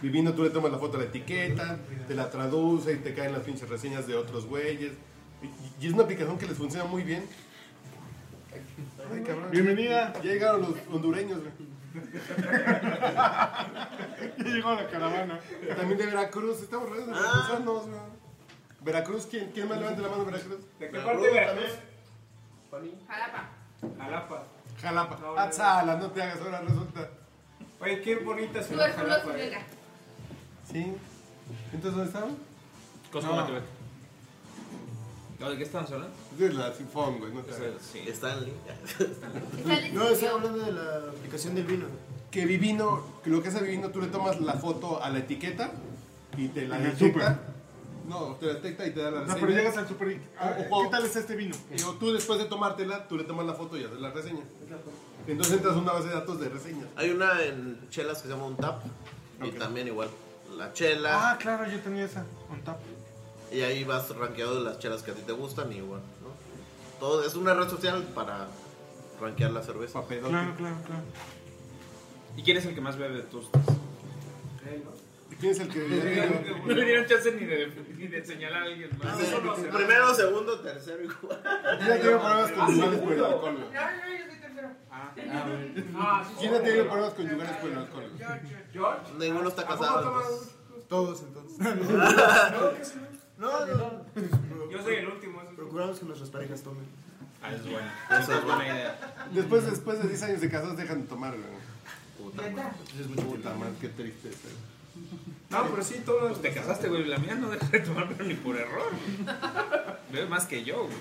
[SPEAKER 8] Vivino, tú le tomas la foto a la etiqueta, te la traduce y te caen las pinches reseñas de otros güeyes. Y- Y es una aplicación que les funciona muy bien. Ay, cabrón.
[SPEAKER 7] Bienvenida.
[SPEAKER 8] Ya llegaron los hondureños, güey.
[SPEAKER 7] Ya llegó la caravana.
[SPEAKER 8] También de Veracruz, estamos rodeados de veracruzanos, güey. Veracruz, ¿quién, quién más levanta la mano de Veracruz?
[SPEAKER 14] ¿De qué parte de Veracruz?
[SPEAKER 10] Jalapa.
[SPEAKER 14] Jalapa.
[SPEAKER 8] Jalapa.
[SPEAKER 14] No, no, no.
[SPEAKER 8] Atzala, no te hagas ahora, resulta.
[SPEAKER 14] Oye, qué bonita
[SPEAKER 10] Tu
[SPEAKER 14] ciudad
[SPEAKER 10] Hércules
[SPEAKER 14] Jalapa. eh.
[SPEAKER 10] Vega.
[SPEAKER 8] ¿Sí? ¿Entonces dónde estaban?
[SPEAKER 9] Cosmolatibet. No. ¿De qué estaban hablando?
[SPEAKER 8] De la Sinfón, güey, no te
[SPEAKER 9] O
[SPEAKER 8] hagas.
[SPEAKER 9] sea, sí.
[SPEAKER 12] Stanley.
[SPEAKER 11] No, estoy hablando de la aplicación del vino.
[SPEAKER 8] que Vivino, que lo que hace Vivino, tú le tomas la foto a la etiqueta y te la
[SPEAKER 7] En el
[SPEAKER 8] detecta. No, te la detecta y te da la
[SPEAKER 7] O
[SPEAKER 8] reseña.
[SPEAKER 7] sea, pero llegas al super. y- ah,
[SPEAKER 8] Ojo.
[SPEAKER 7] ¿Qué tal es este vino?
[SPEAKER 8] Y luego tú después de tomártela, tú le tomas la foto y haces la reseña. Entonces entras a una base de datos de reseñas.
[SPEAKER 12] Hay una en chelas que se llama un tap. Y
[SPEAKER 8] Ok.
[SPEAKER 12] también igual, la chela.
[SPEAKER 7] Ah, claro, yo tenía esa. On top.
[SPEAKER 12] Y ahí vas rankeado de las chelas que a ti te gustan y igual, ¿no? Todo, es una red social para rankear la cerveza.
[SPEAKER 7] Claro, claro, claro.
[SPEAKER 9] ¿Y quién es el que más bebe de todos? ustedes?
[SPEAKER 8] ¿Quién es el que.?
[SPEAKER 15] No le dieron chance ni de, ni de señalar a alguien más.
[SPEAKER 12] Primero, segundo, tercero y cuarto.
[SPEAKER 8] Yo ya tengo problemas
[SPEAKER 7] Ah,
[SPEAKER 8] conyugales por el alcohol. güey.
[SPEAKER 12] Ah,
[SPEAKER 7] Ah,
[SPEAKER 8] ¿Quién ha tenido problemas conyugales por el alcohol?
[SPEAKER 12] George. Ninguno está casado.
[SPEAKER 11] Todos entonces.
[SPEAKER 14] No, que sí.
[SPEAKER 11] No, no.
[SPEAKER 14] Yo soy el último.
[SPEAKER 11] Procuramos que nuestras parejas tomen.
[SPEAKER 9] Ah, es bueno.
[SPEAKER 12] Eso es buena
[SPEAKER 9] idea.
[SPEAKER 8] Después, después de 10 años de casados dejan de tomar, güey.
[SPEAKER 12] Puta
[SPEAKER 14] madre.
[SPEAKER 8] Es muy puta madre, qué eh. tristeza.
[SPEAKER 9] No, pero sí, todos. Pues te casaste, güey. La mía no deja de tomar, pero ni por error. Bebe más que yo, güey.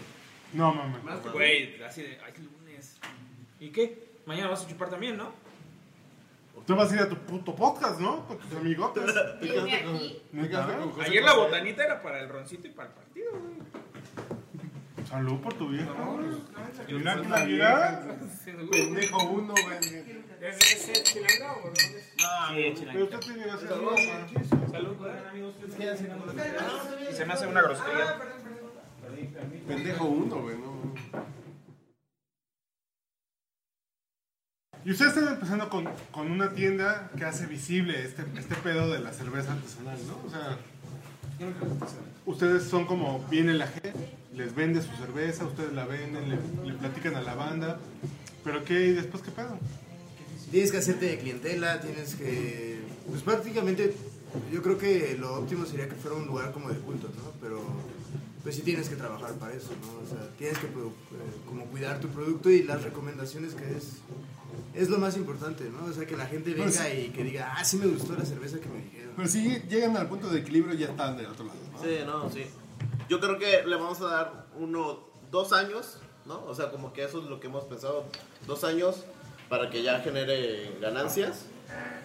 [SPEAKER 7] No, mames.
[SPEAKER 9] Más que- Güey, así de. Ay, lunes. ¿Y qué? Mañana vas a chupar también, ¿no?
[SPEAKER 7] Tú vas a ir a tu puto podcast, ¿no? Con tus amigotes. Neta, ¿eh?
[SPEAKER 9] Ayer la botanita era para el roncito y para el partido, güey.
[SPEAKER 7] Salud por tu vieja.
[SPEAKER 9] yo
[SPEAKER 7] Mira,
[SPEAKER 9] soy
[SPEAKER 7] mira,
[SPEAKER 9] una
[SPEAKER 7] mira.
[SPEAKER 8] Pendejo uno, güey.
[SPEAKER 14] ¿Es es chilanga o no?
[SPEAKER 9] Sí,
[SPEAKER 7] Pero usted tiene que hacer algo, ¿no?
[SPEAKER 14] Salud, amigos.
[SPEAKER 9] Y se me hace una grosería.
[SPEAKER 8] Pendejo uno, güey, no.
[SPEAKER 7] Y ustedes están empezando con, con una tienda que hace visible este, este pedo de la cerveza artesanal, ¿no? O sea, ustedes son como, viene la gente, les vende su cerveza, ustedes la venden, le, le platican a la banda. Pero ¿qué? ¿Y después qué pedo?
[SPEAKER 11] Tienes que hacerte de clientela, tienes que... Pues prácticamente yo creo que lo óptimo sería que fuera un lugar como de culto, ¿no? Pero pues sí tienes que trabajar para eso, ¿no? O sea, tienes que produ- eh, como cuidar tu producto y las recomendaciones que es... Es lo más importante, ¿no? O sea, que la gente
[SPEAKER 8] Pues-
[SPEAKER 11] venga y que diga, ah, sí me gustó la cerveza que me dijeron.
[SPEAKER 8] Pero si llegan al punto de equilibrio, ya están del otro lado. ¿no?
[SPEAKER 12] Sí, no, sí. Yo creo que le vamos a dar uno, dos años, ¿no? O sea, como que eso es lo que hemos pensado. Dos años para que ya genere ganancias.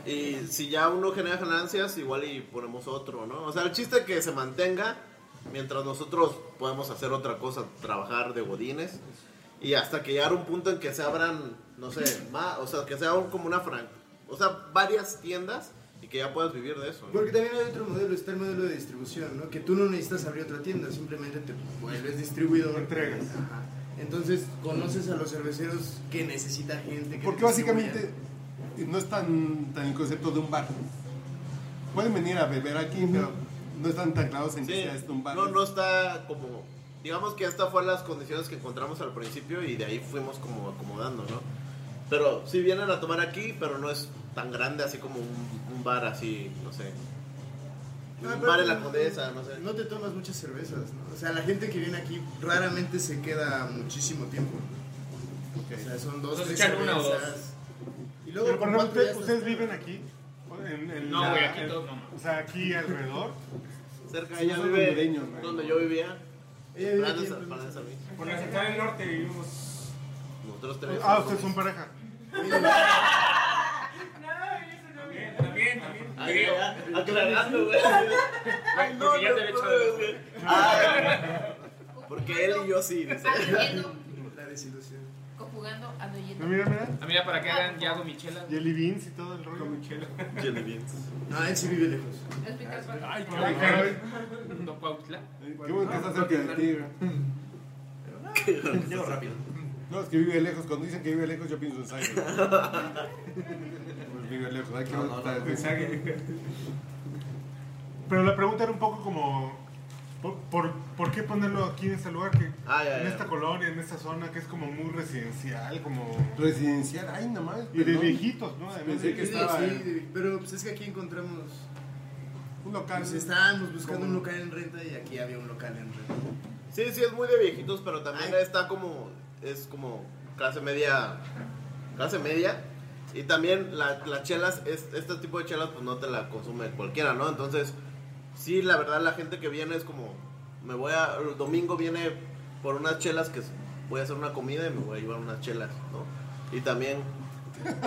[SPEAKER 12] Y si ya uno genera ganancias, igual y ponemos otro, ¿no? O sea, el chiste es que se mantenga mientras nosotros podemos hacer otra cosa, trabajar de godines. Y hasta que llegar a un punto en que se abran, no sé, más, o sea, que sea un- como una franca. O sea, varias tiendas y que ya puedas vivir de eso. ¿no?
[SPEAKER 11] Porque también hay otro modelo, está el modelo de distribución, ¿no? Que tú no necesitas abrir otra tienda, simplemente te vuelves distribuidor.
[SPEAKER 7] Entregas.
[SPEAKER 11] Ajá. Entonces conoces a los cerveceros que necesita gente. Que
[SPEAKER 8] Porque
[SPEAKER 11] te
[SPEAKER 8] básicamente
[SPEAKER 11] distribuya.
[SPEAKER 8] no es tan, tan el concepto de un bar. Pueden venir a beber aquí, pero no están tan claros en que
[SPEAKER 12] Sí,
[SPEAKER 8] sea esto un bar.
[SPEAKER 12] No, no está como. Digamos que estas fueron las condiciones que encontramos al principio y de ahí fuimos como acomodando, ¿no? Pero sí vienen a tomar aquí, pero no es tan grande así como un, un bar así, no sé.
[SPEAKER 8] Ah,
[SPEAKER 11] No,
[SPEAKER 12] un
[SPEAKER 11] pero
[SPEAKER 12] bar en la condesa, no sé.
[SPEAKER 11] No te tomas muchas cervezas, ¿no? O sea, la gente que viene aquí raramente se queda muchísimo tiempo. O sea, son dos,
[SPEAKER 15] Entonces
[SPEAKER 11] tres
[SPEAKER 15] echan una o dos.
[SPEAKER 11] cervezas. Y luego,
[SPEAKER 7] Pero por ejemplo,
[SPEAKER 11] cuatro ya
[SPEAKER 7] ustedes,
[SPEAKER 11] estás-
[SPEAKER 7] ustedes viven aquí. En, en
[SPEAKER 15] No,
[SPEAKER 7] la-
[SPEAKER 15] güey, aquí
[SPEAKER 7] en-
[SPEAKER 15] todos no.
[SPEAKER 7] O sea, aquí alrededor.
[SPEAKER 12] Cerca
[SPEAKER 8] Sí,
[SPEAKER 12] de allá
[SPEAKER 8] son
[SPEAKER 12] vive
[SPEAKER 8] hondureños, güey.
[SPEAKER 12] donde yo vivía.
[SPEAKER 11] Ella vive
[SPEAKER 12] Planes-
[SPEAKER 11] aquí en
[SPEAKER 12] Planes
[SPEAKER 11] Planes.
[SPEAKER 12] a mí.
[SPEAKER 14] Por la central del norte vivimos.
[SPEAKER 12] Nosotros tres.
[SPEAKER 7] Ah, ustedes son pareja.
[SPEAKER 14] También, también, también.
[SPEAKER 12] Ah, ya, ya, Aclarando, güey.
[SPEAKER 15] Porque ya te había echado de
[SPEAKER 12] güey. Ah, Porque él y yo sí. dice.
[SPEAKER 11] La desilusión.
[SPEAKER 16] Conjugando a
[SPEAKER 7] No, mira, mira.
[SPEAKER 15] Ah, mira, para que hagan ya michela.
[SPEAKER 7] Jelly beans y todo el rollo.
[SPEAKER 12] Jelly beans.
[SPEAKER 11] No, él sí vive lejos.
[SPEAKER 15] Ay, qué
[SPEAKER 7] Ay,
[SPEAKER 15] bueno. Topautla.
[SPEAKER 8] Qué bueno
[SPEAKER 12] Ah,
[SPEAKER 8] que está cerca de ti, güey.
[SPEAKER 12] Llego rápido.
[SPEAKER 8] No, es que vive lejos. Cuando dicen que vive lejos, yo pienso en Sague. Pues vive lejos. Hay que
[SPEAKER 12] No, no,
[SPEAKER 8] estar-
[SPEAKER 12] no.
[SPEAKER 7] Pero la pregunta era un poco como, ¿por, por, por qué ponerlo aquí en este lugar? Que,
[SPEAKER 12] Ah, ya,
[SPEAKER 7] en
[SPEAKER 12] ya.
[SPEAKER 7] esta colonia, en esta zona, que es como muy residencial, como...
[SPEAKER 8] Residencial, ay, nomás.
[SPEAKER 7] Y de
[SPEAKER 8] perdón.
[SPEAKER 7] viejitos, ¿no? Además,
[SPEAKER 8] Pensé que estaba
[SPEAKER 11] Sí,
[SPEAKER 8] en
[SPEAKER 11] sí, pero pues es que aquí encontramos.
[SPEAKER 8] un local.
[SPEAKER 11] Pues estábamos buscando un local en renta y aquí había un local en renta.
[SPEAKER 12] Sí, sí, es muy de viejitos, pero también está como. Es como clase media. Clase media. Y también la- las chelas, es- este tipo de chelas, pues no te la consume cualquiera, ¿no? Entonces, sí, la verdad, la gente que viene es como. Me voy a. El domingo viene por unas chelas que es- voy a hacer una comida y me voy a llevar unas chelas, ¿no? Y también.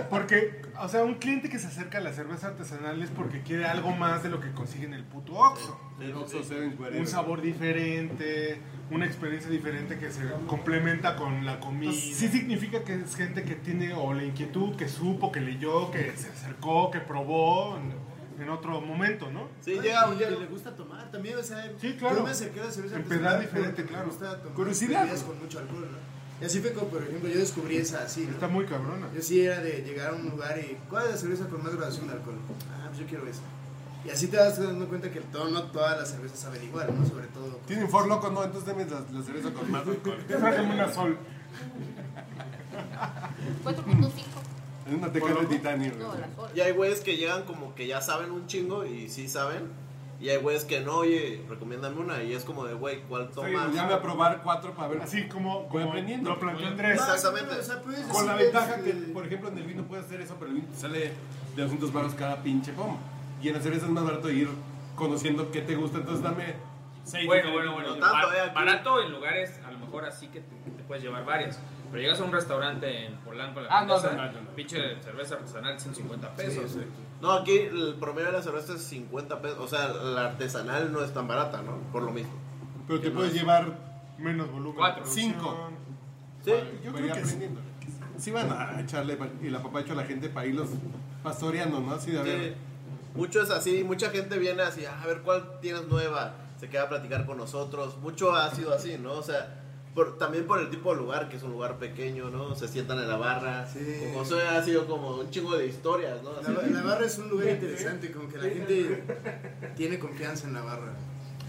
[SPEAKER 7] Porque, o sea, un cliente que se acerca a la cerveza artesanal es porque quiere algo más de lo que consigue en el puto Oxxo.
[SPEAKER 8] El Oxxo Seven Guerrero.
[SPEAKER 7] Un sabor diferente, una experiencia diferente que se complementa con la comida. Sí significa que es gente que tiene o la inquietud, que supo, que leyó, que se acercó, que probó. en otro momento, ¿no?
[SPEAKER 11] Sí, llega un día. le gusta tomar también, o sea.
[SPEAKER 7] Sí, claro.
[SPEAKER 11] Yo me acerqué a la cerveza.
[SPEAKER 7] Empedar
[SPEAKER 11] artesanal porque
[SPEAKER 7] diferente,
[SPEAKER 11] me
[SPEAKER 7] claro.
[SPEAKER 11] gustaba tomar
[SPEAKER 7] Curiosidad,
[SPEAKER 11] bebidas
[SPEAKER 7] ¿no?
[SPEAKER 11] con mucho alcohol, ¿no? Y así fue como, por ejemplo, yo descubrí esa así. ¿no?
[SPEAKER 7] Está muy cabrona.
[SPEAKER 11] Yo sí era de llegar a un lugar y. ¿Cuál es la cerveza con más graduación de alcohol? Ah, pues yo quiero esa. Y así te vas dando cuenta que el tono, todas las cervezas saben igual, ¿no? Sobre todo.
[SPEAKER 8] Tienen for loco, no, entonces deme la, la cerveza con más alcohol.
[SPEAKER 7] Tráigame una sol.
[SPEAKER 16] 4.5.
[SPEAKER 8] Es una tecate de titanio. güey.
[SPEAKER 12] Y hay güeyes que llegan como que ya saben un chingo y sí saben. Y hay güeyes que no, oye, recomiéndame una. Y es como de, güey, ¿cuál
[SPEAKER 8] Sí,
[SPEAKER 12] toma?
[SPEAKER 8] ya voy a probar cuatro para ver.
[SPEAKER 7] Así como,
[SPEAKER 8] voy aprendiendo.
[SPEAKER 7] lo planteó Andrés.
[SPEAKER 8] Exactamente.
[SPEAKER 7] No, o sea, puedes
[SPEAKER 8] Con la
[SPEAKER 7] decirles
[SPEAKER 8] ventaja que, por ejemplo, en el vino puedes hacer eso, pero el vino te sale de 200 baros cada pinche pomo. Y en la cerveza es más barato ir conociendo qué te gusta, entonces dame seis.
[SPEAKER 15] Bueno, bueno, bueno.
[SPEAKER 8] No tanto,
[SPEAKER 15] Bar-
[SPEAKER 8] eh, aquí.
[SPEAKER 15] barato en lugares, a lo mejor así que te, que te puedes llevar varias. Pero llegas a un restaurante en Polanco, la
[SPEAKER 12] Ah, no,
[SPEAKER 15] Condesa,
[SPEAKER 12] no, no, no.
[SPEAKER 15] pinche cerveza artesanal, 150 pesos.
[SPEAKER 12] Sí, sí. No, aquí el promedio de la cerveza es 50 pesos. O sea, la artesanal no es tan barata, ¿no? Por lo mismo.
[SPEAKER 8] Pero te
[SPEAKER 12] Que
[SPEAKER 8] puedes
[SPEAKER 12] no es-
[SPEAKER 8] llevar
[SPEAKER 7] menos volumen.
[SPEAKER 12] Cuatro.
[SPEAKER 8] Cinco.
[SPEAKER 12] Sí,
[SPEAKER 8] yo
[SPEAKER 12] voy
[SPEAKER 8] creo que sí.
[SPEAKER 12] aprendiendo.
[SPEAKER 8] Sí van a echarle el apapacho a la gente para irlos pastoreando, ¿no? Así de a ver.
[SPEAKER 12] Mucho es así, mucha gente viene así, "Ah, a ver cuál tienes nueva, se queda a platicar con nosotros, mucho ha sido así, ¿no? O sea, por- también por el tipo de lugar, que es un lugar pequeño, ¿no? Se sientan en la barra, como eso ha sido como un chingo de historias, ¿no?
[SPEAKER 11] La, la barra es un lugar interesante, como que la gente tiene confianza en la barra.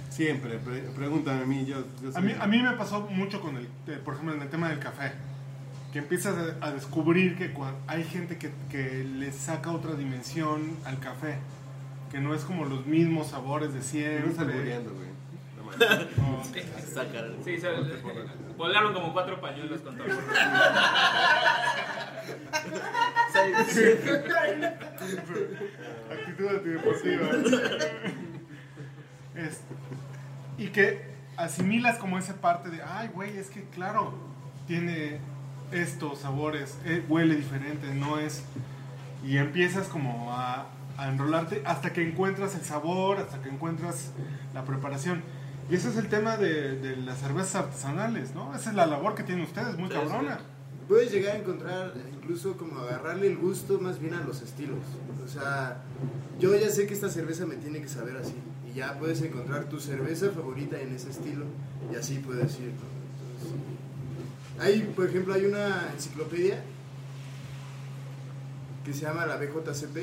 [SPEAKER 8] Siempre, pre- pregúntame a mí, yo, yo
[SPEAKER 7] A
[SPEAKER 8] soy-
[SPEAKER 7] mí, a mí me pasó mucho con el, eh, por ejemplo, en el tema del café, que empiezas a, a descubrir que cua- hay gente que, que le saca otra dimensión al café, que no es como los mismos sabores de siempre.
[SPEAKER 8] Estás albureando, güey.
[SPEAKER 7] No.
[SPEAKER 15] Sí, se- volaron como cuatro pañuelos con todo.
[SPEAKER 7] Actitud antideportiva. Es- y que asimilas como esa parte de, ay, güey, es que claro, tiene estos sabores, eh, huele diferente, no es... Y empiezas como a, a enrolarte hasta que encuentras el sabor, hasta que encuentras la preparación. Y ese es el tema de, de las cervezas artesanales, ¿no? Esa es la labor que tienen ustedes, muy cabrona.
[SPEAKER 11] Puedes llegar a encontrar, eh, incluso como agarrarle el gusto más bien a los estilos. O sea, yo ya sé que esta cerveza me tiene que saber así. Y ya puedes encontrar tu cerveza favorita en ese estilo. Y así puedes ir. ¿no? Entonces, hay, por ejemplo, hay una enciclopedia que se llama la BJCP.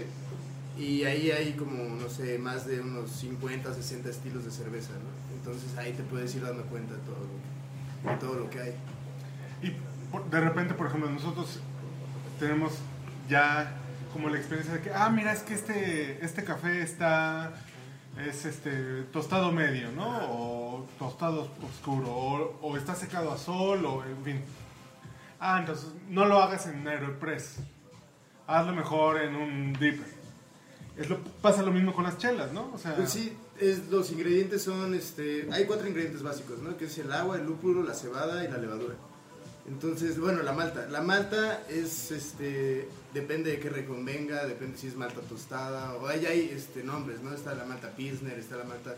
[SPEAKER 11] Y ahí hay como, no sé, más de unos 50, 60 estilos de cerveza, ¿no? Entonces ahí te puedes ir dando cuenta de todo lo- de todo lo que hay.
[SPEAKER 7] Y por- de repente, por ejemplo, nosotros tenemos ya como la experiencia de que, ah, mira, es que este, este café está, es este tostado medio, ¿no? O tostado oscuro, o, o está secado a sol, o en fin. Ah, entonces no lo hagas en Aeropress. Hazlo mejor en un dripper. Es lo, pasa lo mismo con las chelas, ¿no? O sea,
[SPEAKER 11] Pues sí, es, los ingredientes son, este, hay cuatro ingredientes básicos, ¿no? Que es el agua, el lúpulo, la cebada y la levadura. Entonces, bueno, la malta. La malta es, este, depende de qué reconvenga, depende si es malta tostada o ahí hay, este, nombres, ¿no? Está la malta Pilsner, está la malta...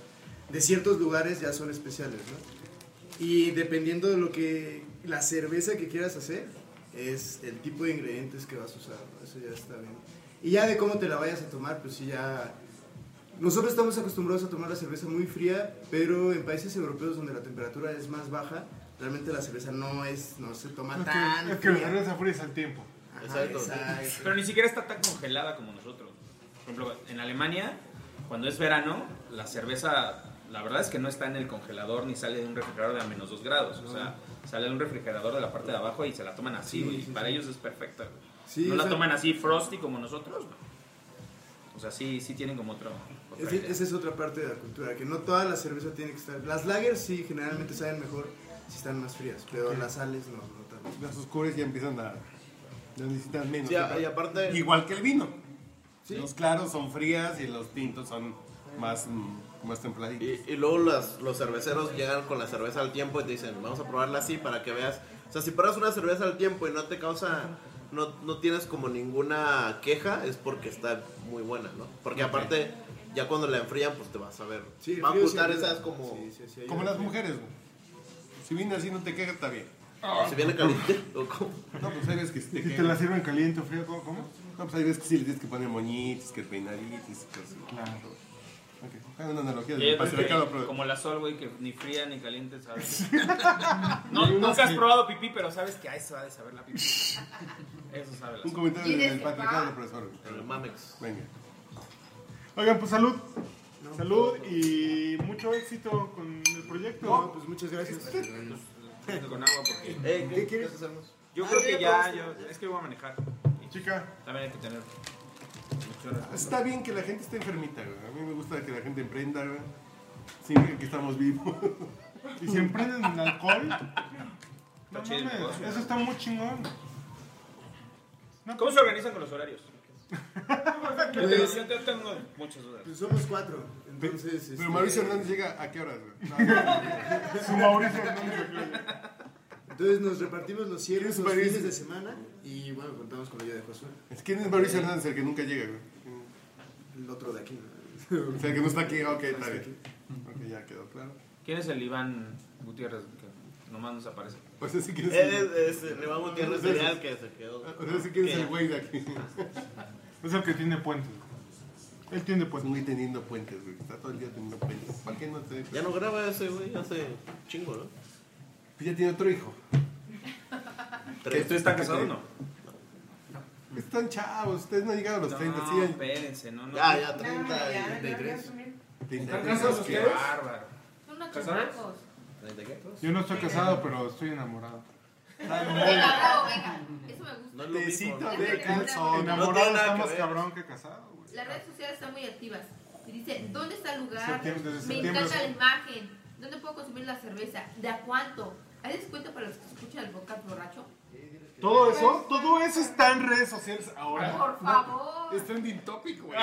[SPEAKER 11] De ciertos lugares ya son especiales, ¿no? Y dependiendo de lo que, la cerveza que quieras hacer, es el tipo de ingredientes que vas a usar, ¿no? Eso ya está bien. Y ya de cómo te la vayas a tomar, pues sí ya nosotros estamos acostumbrados a tomar la cerveza muy fría, pero en países europeos donde la temperatura es más baja, realmente la cerveza no es, no se toma
[SPEAKER 7] es
[SPEAKER 11] tan
[SPEAKER 7] que, es que la
[SPEAKER 11] fría.
[SPEAKER 7] cerveza fría es al tiempo.
[SPEAKER 11] Ajá, Exacto. exacto.
[SPEAKER 15] Pero ni siquiera está tan congelada como nosotros. Por ejemplo, en Alemania, cuando es verano, la cerveza, la verdad es que no está en el congelador ni sale de un refrigerador de a menos 2 grados. O sea, sale de un refrigerador de la parte de abajo y se la toman así,
[SPEAKER 11] Sí,
[SPEAKER 15] güey.
[SPEAKER 11] sí,
[SPEAKER 15] Para
[SPEAKER 11] sí.
[SPEAKER 15] ellos es perfecta, güey.
[SPEAKER 11] Sí,
[SPEAKER 15] no
[SPEAKER 11] o
[SPEAKER 15] la
[SPEAKER 11] sea-
[SPEAKER 15] toman así frosty como nosotros, güey. O sea, sí, sí tienen como otro. otra
[SPEAKER 11] Es decir,
[SPEAKER 15] idea.
[SPEAKER 11] esa es otra parte de la cultura, que no toda la cerveza tiene que estar... Las lagers sí, generalmente saben mejor si están más frías, pero las sales no, no tanto.
[SPEAKER 8] Las oscuras ya empiezan a. Las necesitan menos.
[SPEAKER 11] Sí, y aparte-
[SPEAKER 8] Igual que el vino.
[SPEAKER 11] Sí.
[SPEAKER 8] Los claros son frías y los tintos son más, mm, más templaditos.
[SPEAKER 12] Y luego las- los cerveceros llegan con la cerveza al tiempo y te dicen, vamos a probarla así para que veas. O sea, si pruebas una cerveza al tiempo y no te causa, no, no tienes como ninguna queja, es porque está muy buena, ¿no? Porque
[SPEAKER 8] Ok.
[SPEAKER 12] aparte, ya cuando la enfrían, pues te vas a ver.
[SPEAKER 11] Sí, el
[SPEAKER 12] va a
[SPEAKER 11] frío
[SPEAKER 12] gustar
[SPEAKER 11] sí ayuda.
[SPEAKER 12] esas como...
[SPEAKER 11] Sí, sí, sí ayuda.
[SPEAKER 8] Como las mujeres, güey. Si viene así no te quejas, está bien.
[SPEAKER 12] ¿Se viene caliente? ¿O cómo?
[SPEAKER 8] No, pues hay veces que
[SPEAKER 7] Si te la sirven caliente o fría, ¿cómo? cómo?
[SPEAKER 8] No, pues hay veces que sí le tienes que poner moñitos, que peinaditos, que así.
[SPEAKER 7] Claro.
[SPEAKER 8] Ok, Hay una analogía
[SPEAKER 9] Y
[SPEAKER 8] de
[SPEAKER 9] es
[SPEAKER 8] patriarcado,
[SPEAKER 9] que-
[SPEAKER 8] pero.
[SPEAKER 9] como la sol, güey, que ni fría ni caliente, ¿sabes?
[SPEAKER 8] No,
[SPEAKER 9] Y unas
[SPEAKER 8] nunca has
[SPEAKER 9] que-
[SPEAKER 8] probado
[SPEAKER 9] pipí, pero sabes que a eso ha de saber la pipí. Eso sabe la
[SPEAKER 8] Un
[SPEAKER 9] sol.
[SPEAKER 8] comentario del patriarcado del profesor.
[SPEAKER 12] El Mamex.
[SPEAKER 8] Venga.
[SPEAKER 7] Oigan, pues salud. Salud y mucho éxito con el proyecto.
[SPEAKER 11] No, pues muchas gracias.
[SPEAKER 9] Con agua, porque...
[SPEAKER 12] Eh, ¿qué-
[SPEAKER 11] quieres?
[SPEAKER 9] Yo
[SPEAKER 11] Ah,
[SPEAKER 9] creo
[SPEAKER 11] ya,
[SPEAKER 9] que
[SPEAKER 11] ya,
[SPEAKER 9] ya, yo, es que voy a manejar.
[SPEAKER 7] Chica.
[SPEAKER 9] También hay que tener... mucho respeto.
[SPEAKER 8] Está bien que la gente esté enfermita, güey. A mí me gusta que la gente emprenda, güey. Siempre que estamos vivos.
[SPEAKER 7] Este- Y se emprenden en alcohol. No
[SPEAKER 8] chido el
[SPEAKER 7] mames,
[SPEAKER 8] negocio.
[SPEAKER 7] eso está muy chingón.
[SPEAKER 9] ¿Cómo se organizan con los horarios? yo, tengo,
[SPEAKER 11] Pues-
[SPEAKER 9] yo te- tengo muchas dudas.
[SPEAKER 11] Pues somos cuatro. Entonces, este,
[SPEAKER 8] Pero Mauricio Hernández llega a qué horas, güey.
[SPEAKER 7] Su Mauricio Hernández.
[SPEAKER 11] Entonces nos repartimos los cierres los
[SPEAKER 8] Mauricio?
[SPEAKER 11] fines de semana y bueno, contamos con la ayuda de Josué.
[SPEAKER 8] Es ¿Quién es Mauricio Hernández, el que nunca llega, güey?
[SPEAKER 11] El otro de aquí. ¿no?
[SPEAKER 8] O sea, el que no está aquí, ok,
[SPEAKER 11] No
[SPEAKER 8] está
[SPEAKER 11] está
[SPEAKER 8] bien. Ok, ya quedó claro.
[SPEAKER 9] ¿Quién es el Iván Gutiérrez que nomás nos aparece?
[SPEAKER 8] Pues ese que es
[SPEAKER 12] Él es- es- le va a botear
[SPEAKER 8] Entonces-
[SPEAKER 12] sería el que se quedó.
[SPEAKER 8] O sea, ese que es
[SPEAKER 12] ¿Qué?
[SPEAKER 8] el güey de aquí.
[SPEAKER 7] Es el que tiene puentes. Él tiene puentes.
[SPEAKER 8] Pues Muy teniendo puentes, güey. Está todo el día teniendo puentes. ¿Para qué no te.?
[SPEAKER 12] Ya no graba ese güey hace chingo, ¿no?
[SPEAKER 8] Pues ya tiene otro hijo.
[SPEAKER 12] Tres.
[SPEAKER 9] ¿Usted está casado o no?
[SPEAKER 8] Están chavos, ustedes no han llegado a los 30, sí. hay-
[SPEAKER 9] espérense, no, no.
[SPEAKER 12] Ah, Ya, ya, 30 y-
[SPEAKER 9] 33.
[SPEAKER 8] ¿Están
[SPEAKER 9] casados
[SPEAKER 8] qué
[SPEAKER 9] ustedes?
[SPEAKER 8] bárbaro.
[SPEAKER 9] ¿Casados?
[SPEAKER 7] Yo no estoy casado, pero estoy enamorado.
[SPEAKER 16] Eso me gusta.
[SPEAKER 12] No es lo mismo,
[SPEAKER 7] Tecito
[SPEAKER 12] ¿no?
[SPEAKER 7] de calzón.
[SPEAKER 12] No
[SPEAKER 7] Enamorado
[SPEAKER 12] tiene nada
[SPEAKER 7] está
[SPEAKER 12] que
[SPEAKER 7] más
[SPEAKER 12] ver.
[SPEAKER 7] cabrón que casado. güey.
[SPEAKER 16] Las redes sociales están muy activas. Y dice, ¿dónde está el lugar?
[SPEAKER 7] Septiembre- desde
[SPEAKER 16] Ah, Me
[SPEAKER 7] septiembre
[SPEAKER 16] encanta
[SPEAKER 7] es-
[SPEAKER 16] la imagen. ¿Dónde puedo consumir la cerveza? ¿De a cuánto? ¿Hay descuento para los que escuchan el podcast borracho?
[SPEAKER 7] Todo eso, todo eso está en redes sociales ahora.
[SPEAKER 16] Por favor.
[SPEAKER 8] Es trending topic, güey.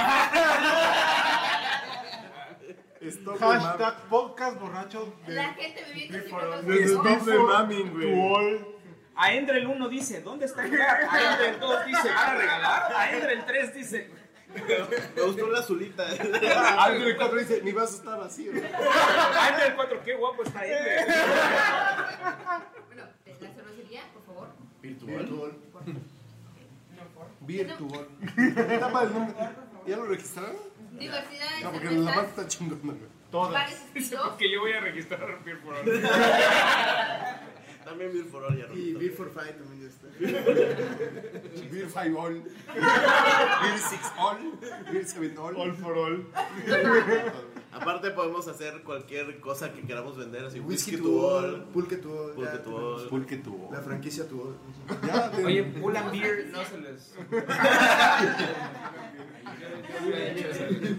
[SPEAKER 8] Stop
[SPEAKER 7] Hashtag podcast borracho de
[SPEAKER 16] La gente me viene que
[SPEAKER 8] Stop Pues de mamming, güey.
[SPEAKER 9] A Endre el 1 dice, ¿dónde está el lugar? A Endre el 2 dice, ¿van a regalar? A Endre el 3 dice...
[SPEAKER 12] Me gustó la azulita.
[SPEAKER 8] Andrew 4 Ah, dice, mi vaso está vacío.
[SPEAKER 9] A Endre el 4, qué guapo está Endre.
[SPEAKER 16] Bueno, la cervecería, por favor.
[SPEAKER 8] Virtual.
[SPEAKER 16] No,
[SPEAKER 8] Virtual. Está mal el nombre. ¿Ya lo registraron?
[SPEAKER 16] Diversidad de
[SPEAKER 8] No, porque la
[SPEAKER 16] cervezas.
[SPEAKER 8] parte está chingona, güey.
[SPEAKER 16] Varios estilos.
[SPEAKER 9] Porque yo voy a registrar Beer for All.
[SPEAKER 12] También Beer for All ya no.
[SPEAKER 11] Y Beer for Fight también ya está.
[SPEAKER 8] Beer five all. Beer six all. Beer seven all.
[SPEAKER 7] All for All.
[SPEAKER 12] Aparte podemos hacer cualquier cosa que queramos vender, así
[SPEAKER 11] Whisky to
[SPEAKER 12] whisky to
[SPEAKER 11] all,
[SPEAKER 12] all,
[SPEAKER 11] pulque to all.
[SPEAKER 12] pulque
[SPEAKER 11] ya
[SPEAKER 12] to all.
[SPEAKER 8] Pulque tuvo.
[SPEAKER 11] La franquicia to all.
[SPEAKER 8] Ya, de-
[SPEAKER 9] Oye, Bull and Beer no se les...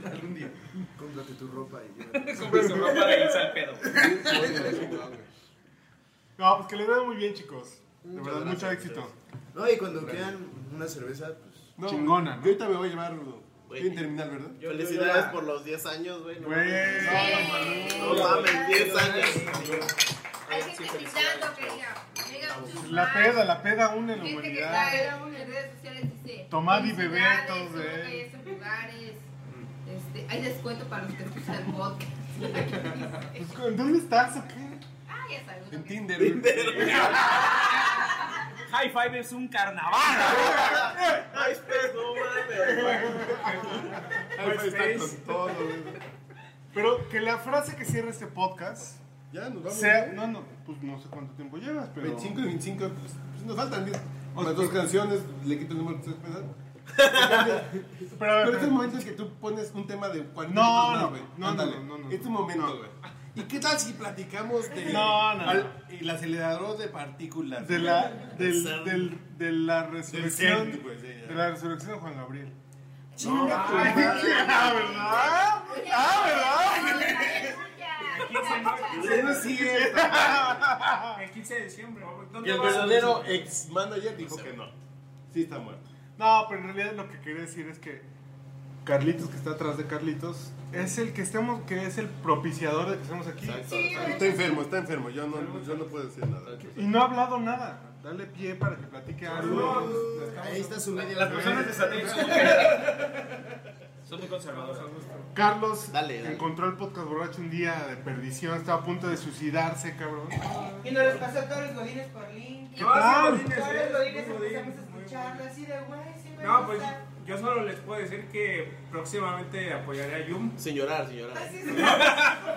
[SPEAKER 11] Algún día. Cómprate tu ropa y
[SPEAKER 9] Compra su ropa de irse al pedo.
[SPEAKER 7] No, pues que les vaya muy bien, chicos. De
[SPEAKER 11] Muchas
[SPEAKER 7] verdad,
[SPEAKER 11] gracias,
[SPEAKER 7] mucho éxito.
[SPEAKER 11] No, y cuando quedan una cerveza, pues.
[SPEAKER 8] No,
[SPEAKER 7] Chingona,
[SPEAKER 8] Yo
[SPEAKER 7] ¿no?
[SPEAKER 8] ahorita me voy a llevar.
[SPEAKER 12] Güey.
[SPEAKER 8] Estoy en terminal, ¿verdad?
[SPEAKER 12] Yo- Felicidades yo la- por los 10 años, güey. No,
[SPEAKER 7] Güey.
[SPEAKER 12] mames. No mames, 10 años.
[SPEAKER 16] Hay gente invitando, querida. Llega mucho
[SPEAKER 7] La
[SPEAKER 16] más.
[SPEAKER 7] peda, la peda une la
[SPEAKER 16] Gente que
[SPEAKER 7] humanidad.
[SPEAKER 16] está en redes sociales dice:
[SPEAKER 7] Tomad y bebed,
[SPEAKER 16] felicidades,
[SPEAKER 7] todos
[SPEAKER 16] seguro que hay esos lugares. Este, hay descuento para los que escuchan el podcast.
[SPEAKER 7] Pues, ¿Dónde estás o qué?
[SPEAKER 16] Ah, ya sabes.
[SPEAKER 8] En Tinder.
[SPEAKER 9] High Five es un carnaval.
[SPEAKER 12] Ay, espera, no mames. güey.
[SPEAKER 8] Ahí está con todo, güey.
[SPEAKER 7] Pero que la frase que cierra este podcast
[SPEAKER 8] Ya nos vamos.
[SPEAKER 7] sea.
[SPEAKER 8] ya.
[SPEAKER 7] No, no, pues no sé cuánto tiempo llevas, pero.
[SPEAKER 8] 25 y 25. Pues, pues nos faltan 10. Las dos canciones, le quito el número que estás
[SPEAKER 7] Pero, a ver,
[SPEAKER 8] Pero este es
[SPEAKER 7] pero-
[SPEAKER 8] el momento en que tú pones un tema de 40
[SPEAKER 7] No,
[SPEAKER 8] minutos
[SPEAKER 7] no,
[SPEAKER 8] más, güey.
[SPEAKER 7] no, no,
[SPEAKER 8] Ándale.
[SPEAKER 7] no, no, no,
[SPEAKER 8] Este es un momento, güey. ¿Y qué tal si platicamos de
[SPEAKER 7] No, no,
[SPEAKER 8] al- el acelerador de partículas?
[SPEAKER 7] de la, del, del- de la resurrección.
[SPEAKER 8] Del Zen, güey, sí, ya.
[SPEAKER 7] de la resurrección de Juan Gabriel.
[SPEAKER 8] Chinga
[SPEAKER 7] Ah,
[SPEAKER 8] tu
[SPEAKER 7] ¿verdad? Ah,
[SPEAKER 8] madre, no es cierto.
[SPEAKER 14] El 15 de diciembre.
[SPEAKER 8] Y
[SPEAKER 14] ¿Dónde
[SPEAKER 8] el
[SPEAKER 14] vas?
[SPEAKER 8] verdadero ex manager dijo que no. Sí está muerto.
[SPEAKER 7] ¿verdad? No, pero en realidad lo que quería decir es que Carlitos, que está atrás de Carlitos, es el que estemos, que es el propiciador de que estemos aquí.
[SPEAKER 8] Está enfermo, está enfermo. Yo no, yo no puedo decir nada.
[SPEAKER 7] Y no ha hablado nada. Dale pie para que platique algo.
[SPEAKER 11] Ahí está su media.
[SPEAKER 9] Las
[SPEAKER 11] hora.
[SPEAKER 9] personas de Satélite son muy- son muy conservadoras.
[SPEAKER 7] Carlos
[SPEAKER 12] Dale, dale.
[SPEAKER 7] encontró el podcast borracho un día de perdición, estaba a punto de suicidarse, cabrón.
[SPEAKER 10] Y nos los pasó a todos los godines por link.
[SPEAKER 14] ¿Qué
[SPEAKER 8] Ah,
[SPEAKER 14] tal?
[SPEAKER 10] Todos los godines
[SPEAKER 9] eh,
[SPEAKER 10] empezamos a escucharlo así de guay, sí me
[SPEAKER 14] ¿eh? No, pues
[SPEAKER 10] gusta.
[SPEAKER 14] yo solo les puedo decir que próximamente apoyaré a Yum.
[SPEAKER 12] Sin llorar, sin llorar.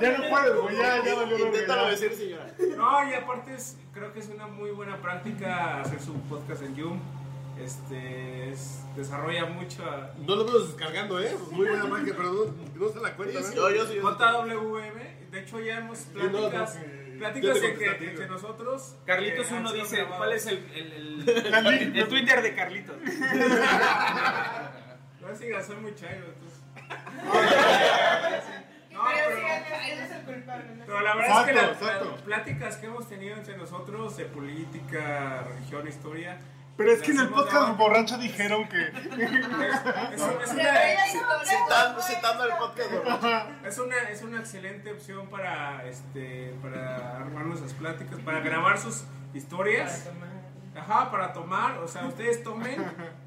[SPEAKER 14] Ya
[SPEAKER 12] no puedes, güey, ya- ya valió verga, Inténtalo ya. decir sin llorar.
[SPEAKER 14] No, y aparte es- creo que es una muy buena práctica hacer su podcast en Yum. Este, es- desarrolla mucho a...
[SPEAKER 8] No lo veo descargando, ¿eh? Muy buena marca, pero no, no se la cuenta. ¿no?
[SPEAKER 14] JWM, de hecho ya hemos pláticas,
[SPEAKER 8] no, no.
[SPEAKER 14] pláticas
[SPEAKER 8] Yo te
[SPEAKER 14] de que
[SPEAKER 8] contesté a ti,
[SPEAKER 14] entre nosotros... eh,
[SPEAKER 9] Carlitos
[SPEAKER 14] que han
[SPEAKER 9] uno
[SPEAKER 14] sido
[SPEAKER 9] dice,
[SPEAKER 14] grabados.
[SPEAKER 9] ¿cuál es el, el, el- el Twitter de Carlitos?
[SPEAKER 14] No sigas, soy muy chairo, entonces.
[SPEAKER 10] No, pero sí, él es el culpable. ¿no?
[SPEAKER 14] Pero la verdad es que
[SPEAKER 10] Exacto,
[SPEAKER 14] las- las, pláticas que hemos tenido entre nosotros de política, religión, historia.
[SPEAKER 7] Pero es que en
[SPEAKER 14] las
[SPEAKER 7] el
[SPEAKER 14] hemos
[SPEAKER 7] podcast
[SPEAKER 14] dado-
[SPEAKER 7] borracho dijeron que.
[SPEAKER 14] Es, es- es
[SPEAKER 7] Se
[SPEAKER 14] una,
[SPEAKER 7] ve la
[SPEAKER 12] Citando, citando el podcast borracho.
[SPEAKER 14] es una- es una excelente opción para, este, para armar nuestras pláticas, para grabar sus historias. Ajá, para tomar, o sea, ustedes tomen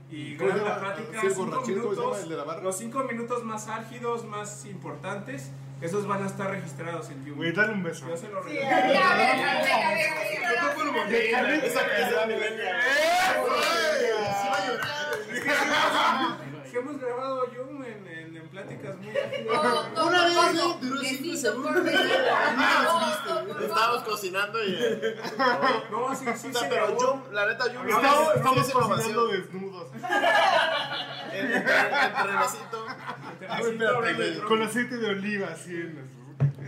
[SPEAKER 14] y
[SPEAKER 8] ¿Cómo se
[SPEAKER 14] graben la
[SPEAKER 8] llama?
[SPEAKER 14] plática.
[SPEAKER 8] Sí, el
[SPEAKER 14] cinco
[SPEAKER 8] borrachín, ¿cómo se llama?
[SPEAKER 14] minutos,
[SPEAKER 8] ¿El de la barra?
[SPEAKER 14] los cinco minutos más álgidos, más importantes, esos van a estar registrados en YouTube.
[SPEAKER 7] Güey, dale un beso.
[SPEAKER 14] Yo se lo regalo.
[SPEAKER 7] a ver, a ver, a ver, a
[SPEAKER 14] De Carlitos. Que hemos grabado yo en, en, en pláticas muy
[SPEAKER 12] Todo, Una todo, vez, todo. duró cinco Besito segundos. por besito. Ah,
[SPEAKER 14] Estábamos
[SPEAKER 12] viste. Estábamos cocinando y. eh,
[SPEAKER 14] No, sí, sí.
[SPEAKER 12] o sea,
[SPEAKER 14] se
[SPEAKER 12] pero
[SPEAKER 14] grabó.
[SPEAKER 12] yo, la neta, yo.
[SPEAKER 7] Estamos,
[SPEAKER 12] sí,
[SPEAKER 7] estamos
[SPEAKER 12] sí,
[SPEAKER 7] cocinando
[SPEAKER 12] información.
[SPEAKER 7] desnudos.
[SPEAKER 12] Entre, entre vasito.
[SPEAKER 7] Ah, güey, espérate, güey. Con aceite de oliva, así en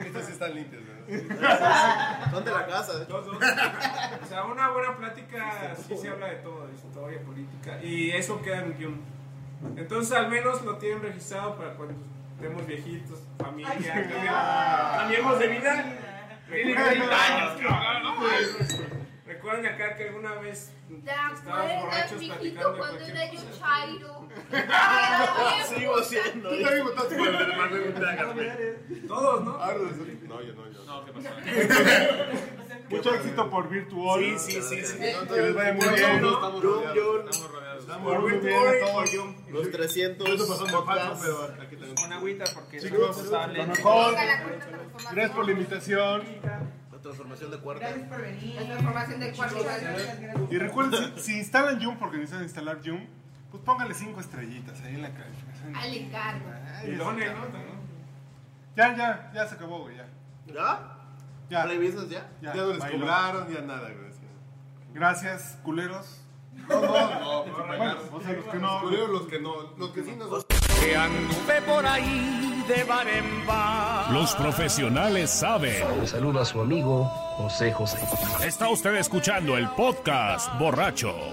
[SPEAKER 8] Estas sí están limpias,
[SPEAKER 14] ¿verdad?
[SPEAKER 12] Son de la casa, de
[SPEAKER 14] Dos, dos. O sea, una buena plática sí se habla de todo, de historia, política. Y eso queda en guión. Entonces, al menos lo tienen registrado para cuando estemos viejitos, familia,
[SPEAKER 8] Ay,
[SPEAKER 14] cambiamos- cambiemos de vida. Tienen 30 años, cabrón, ¿no? Recuerden acá que alguna vez
[SPEAKER 16] ¿Te
[SPEAKER 14] estábamos
[SPEAKER 16] acuerdas,
[SPEAKER 14] borrachos platicando
[SPEAKER 16] pues, mijito, cuando
[SPEAKER 14] de cualquier
[SPEAKER 16] era yo chairo? Ah,
[SPEAKER 12] Sigo siendo. Tú también votaste por el hermano de
[SPEAKER 14] Todos, ¿no?
[SPEAKER 8] Ah, No, yo no, yo.
[SPEAKER 9] No, ¿qué pasó?
[SPEAKER 7] Mucho éxito por Virtual.
[SPEAKER 8] Sí, sí, sí, sí.
[SPEAKER 7] Que les vaya muy bien.
[SPEAKER 12] Estamos rodeados.
[SPEAKER 7] Estamos muy bien a todos.
[SPEAKER 12] Los 300.
[SPEAKER 7] Yo te paso por falso, pero
[SPEAKER 12] aquí tenemos.
[SPEAKER 9] Con agüita porque es
[SPEAKER 7] Chicos,
[SPEAKER 9] responsable.
[SPEAKER 7] lo mejor. Gracias por la invitación.
[SPEAKER 12] La transformación de cuarta.
[SPEAKER 16] por venir. La transformación del cuarto.
[SPEAKER 7] Y recuerden, si, si instalan Joom porque necesitan instalar Joom, pues pónganle 5 estrellitas ahí en la calificación.
[SPEAKER 16] Al encargo.
[SPEAKER 7] Y
[SPEAKER 14] donen, ¿no?
[SPEAKER 7] Ya, ya, ya se acabó, güey, ya.
[SPEAKER 12] ¿Ya?
[SPEAKER 7] Ya.
[SPEAKER 12] ¿Revisas ya?
[SPEAKER 7] Ya,
[SPEAKER 8] Ya no les
[SPEAKER 7] bailó.
[SPEAKER 8] cobraron, ya nada, gracias.
[SPEAKER 7] Gracias, culeros.
[SPEAKER 8] No, no, no.
[SPEAKER 7] Bueno, o sea, los que no.
[SPEAKER 8] Culero, los que no. Los que sí nos.
[SPEAKER 17] Que anduve por ahí de bar en bar.
[SPEAKER 18] Los profesionales saben.
[SPEAKER 19] Le saluda a su amigo José José.
[SPEAKER 18] Está usted escuchando el podcast Borracho.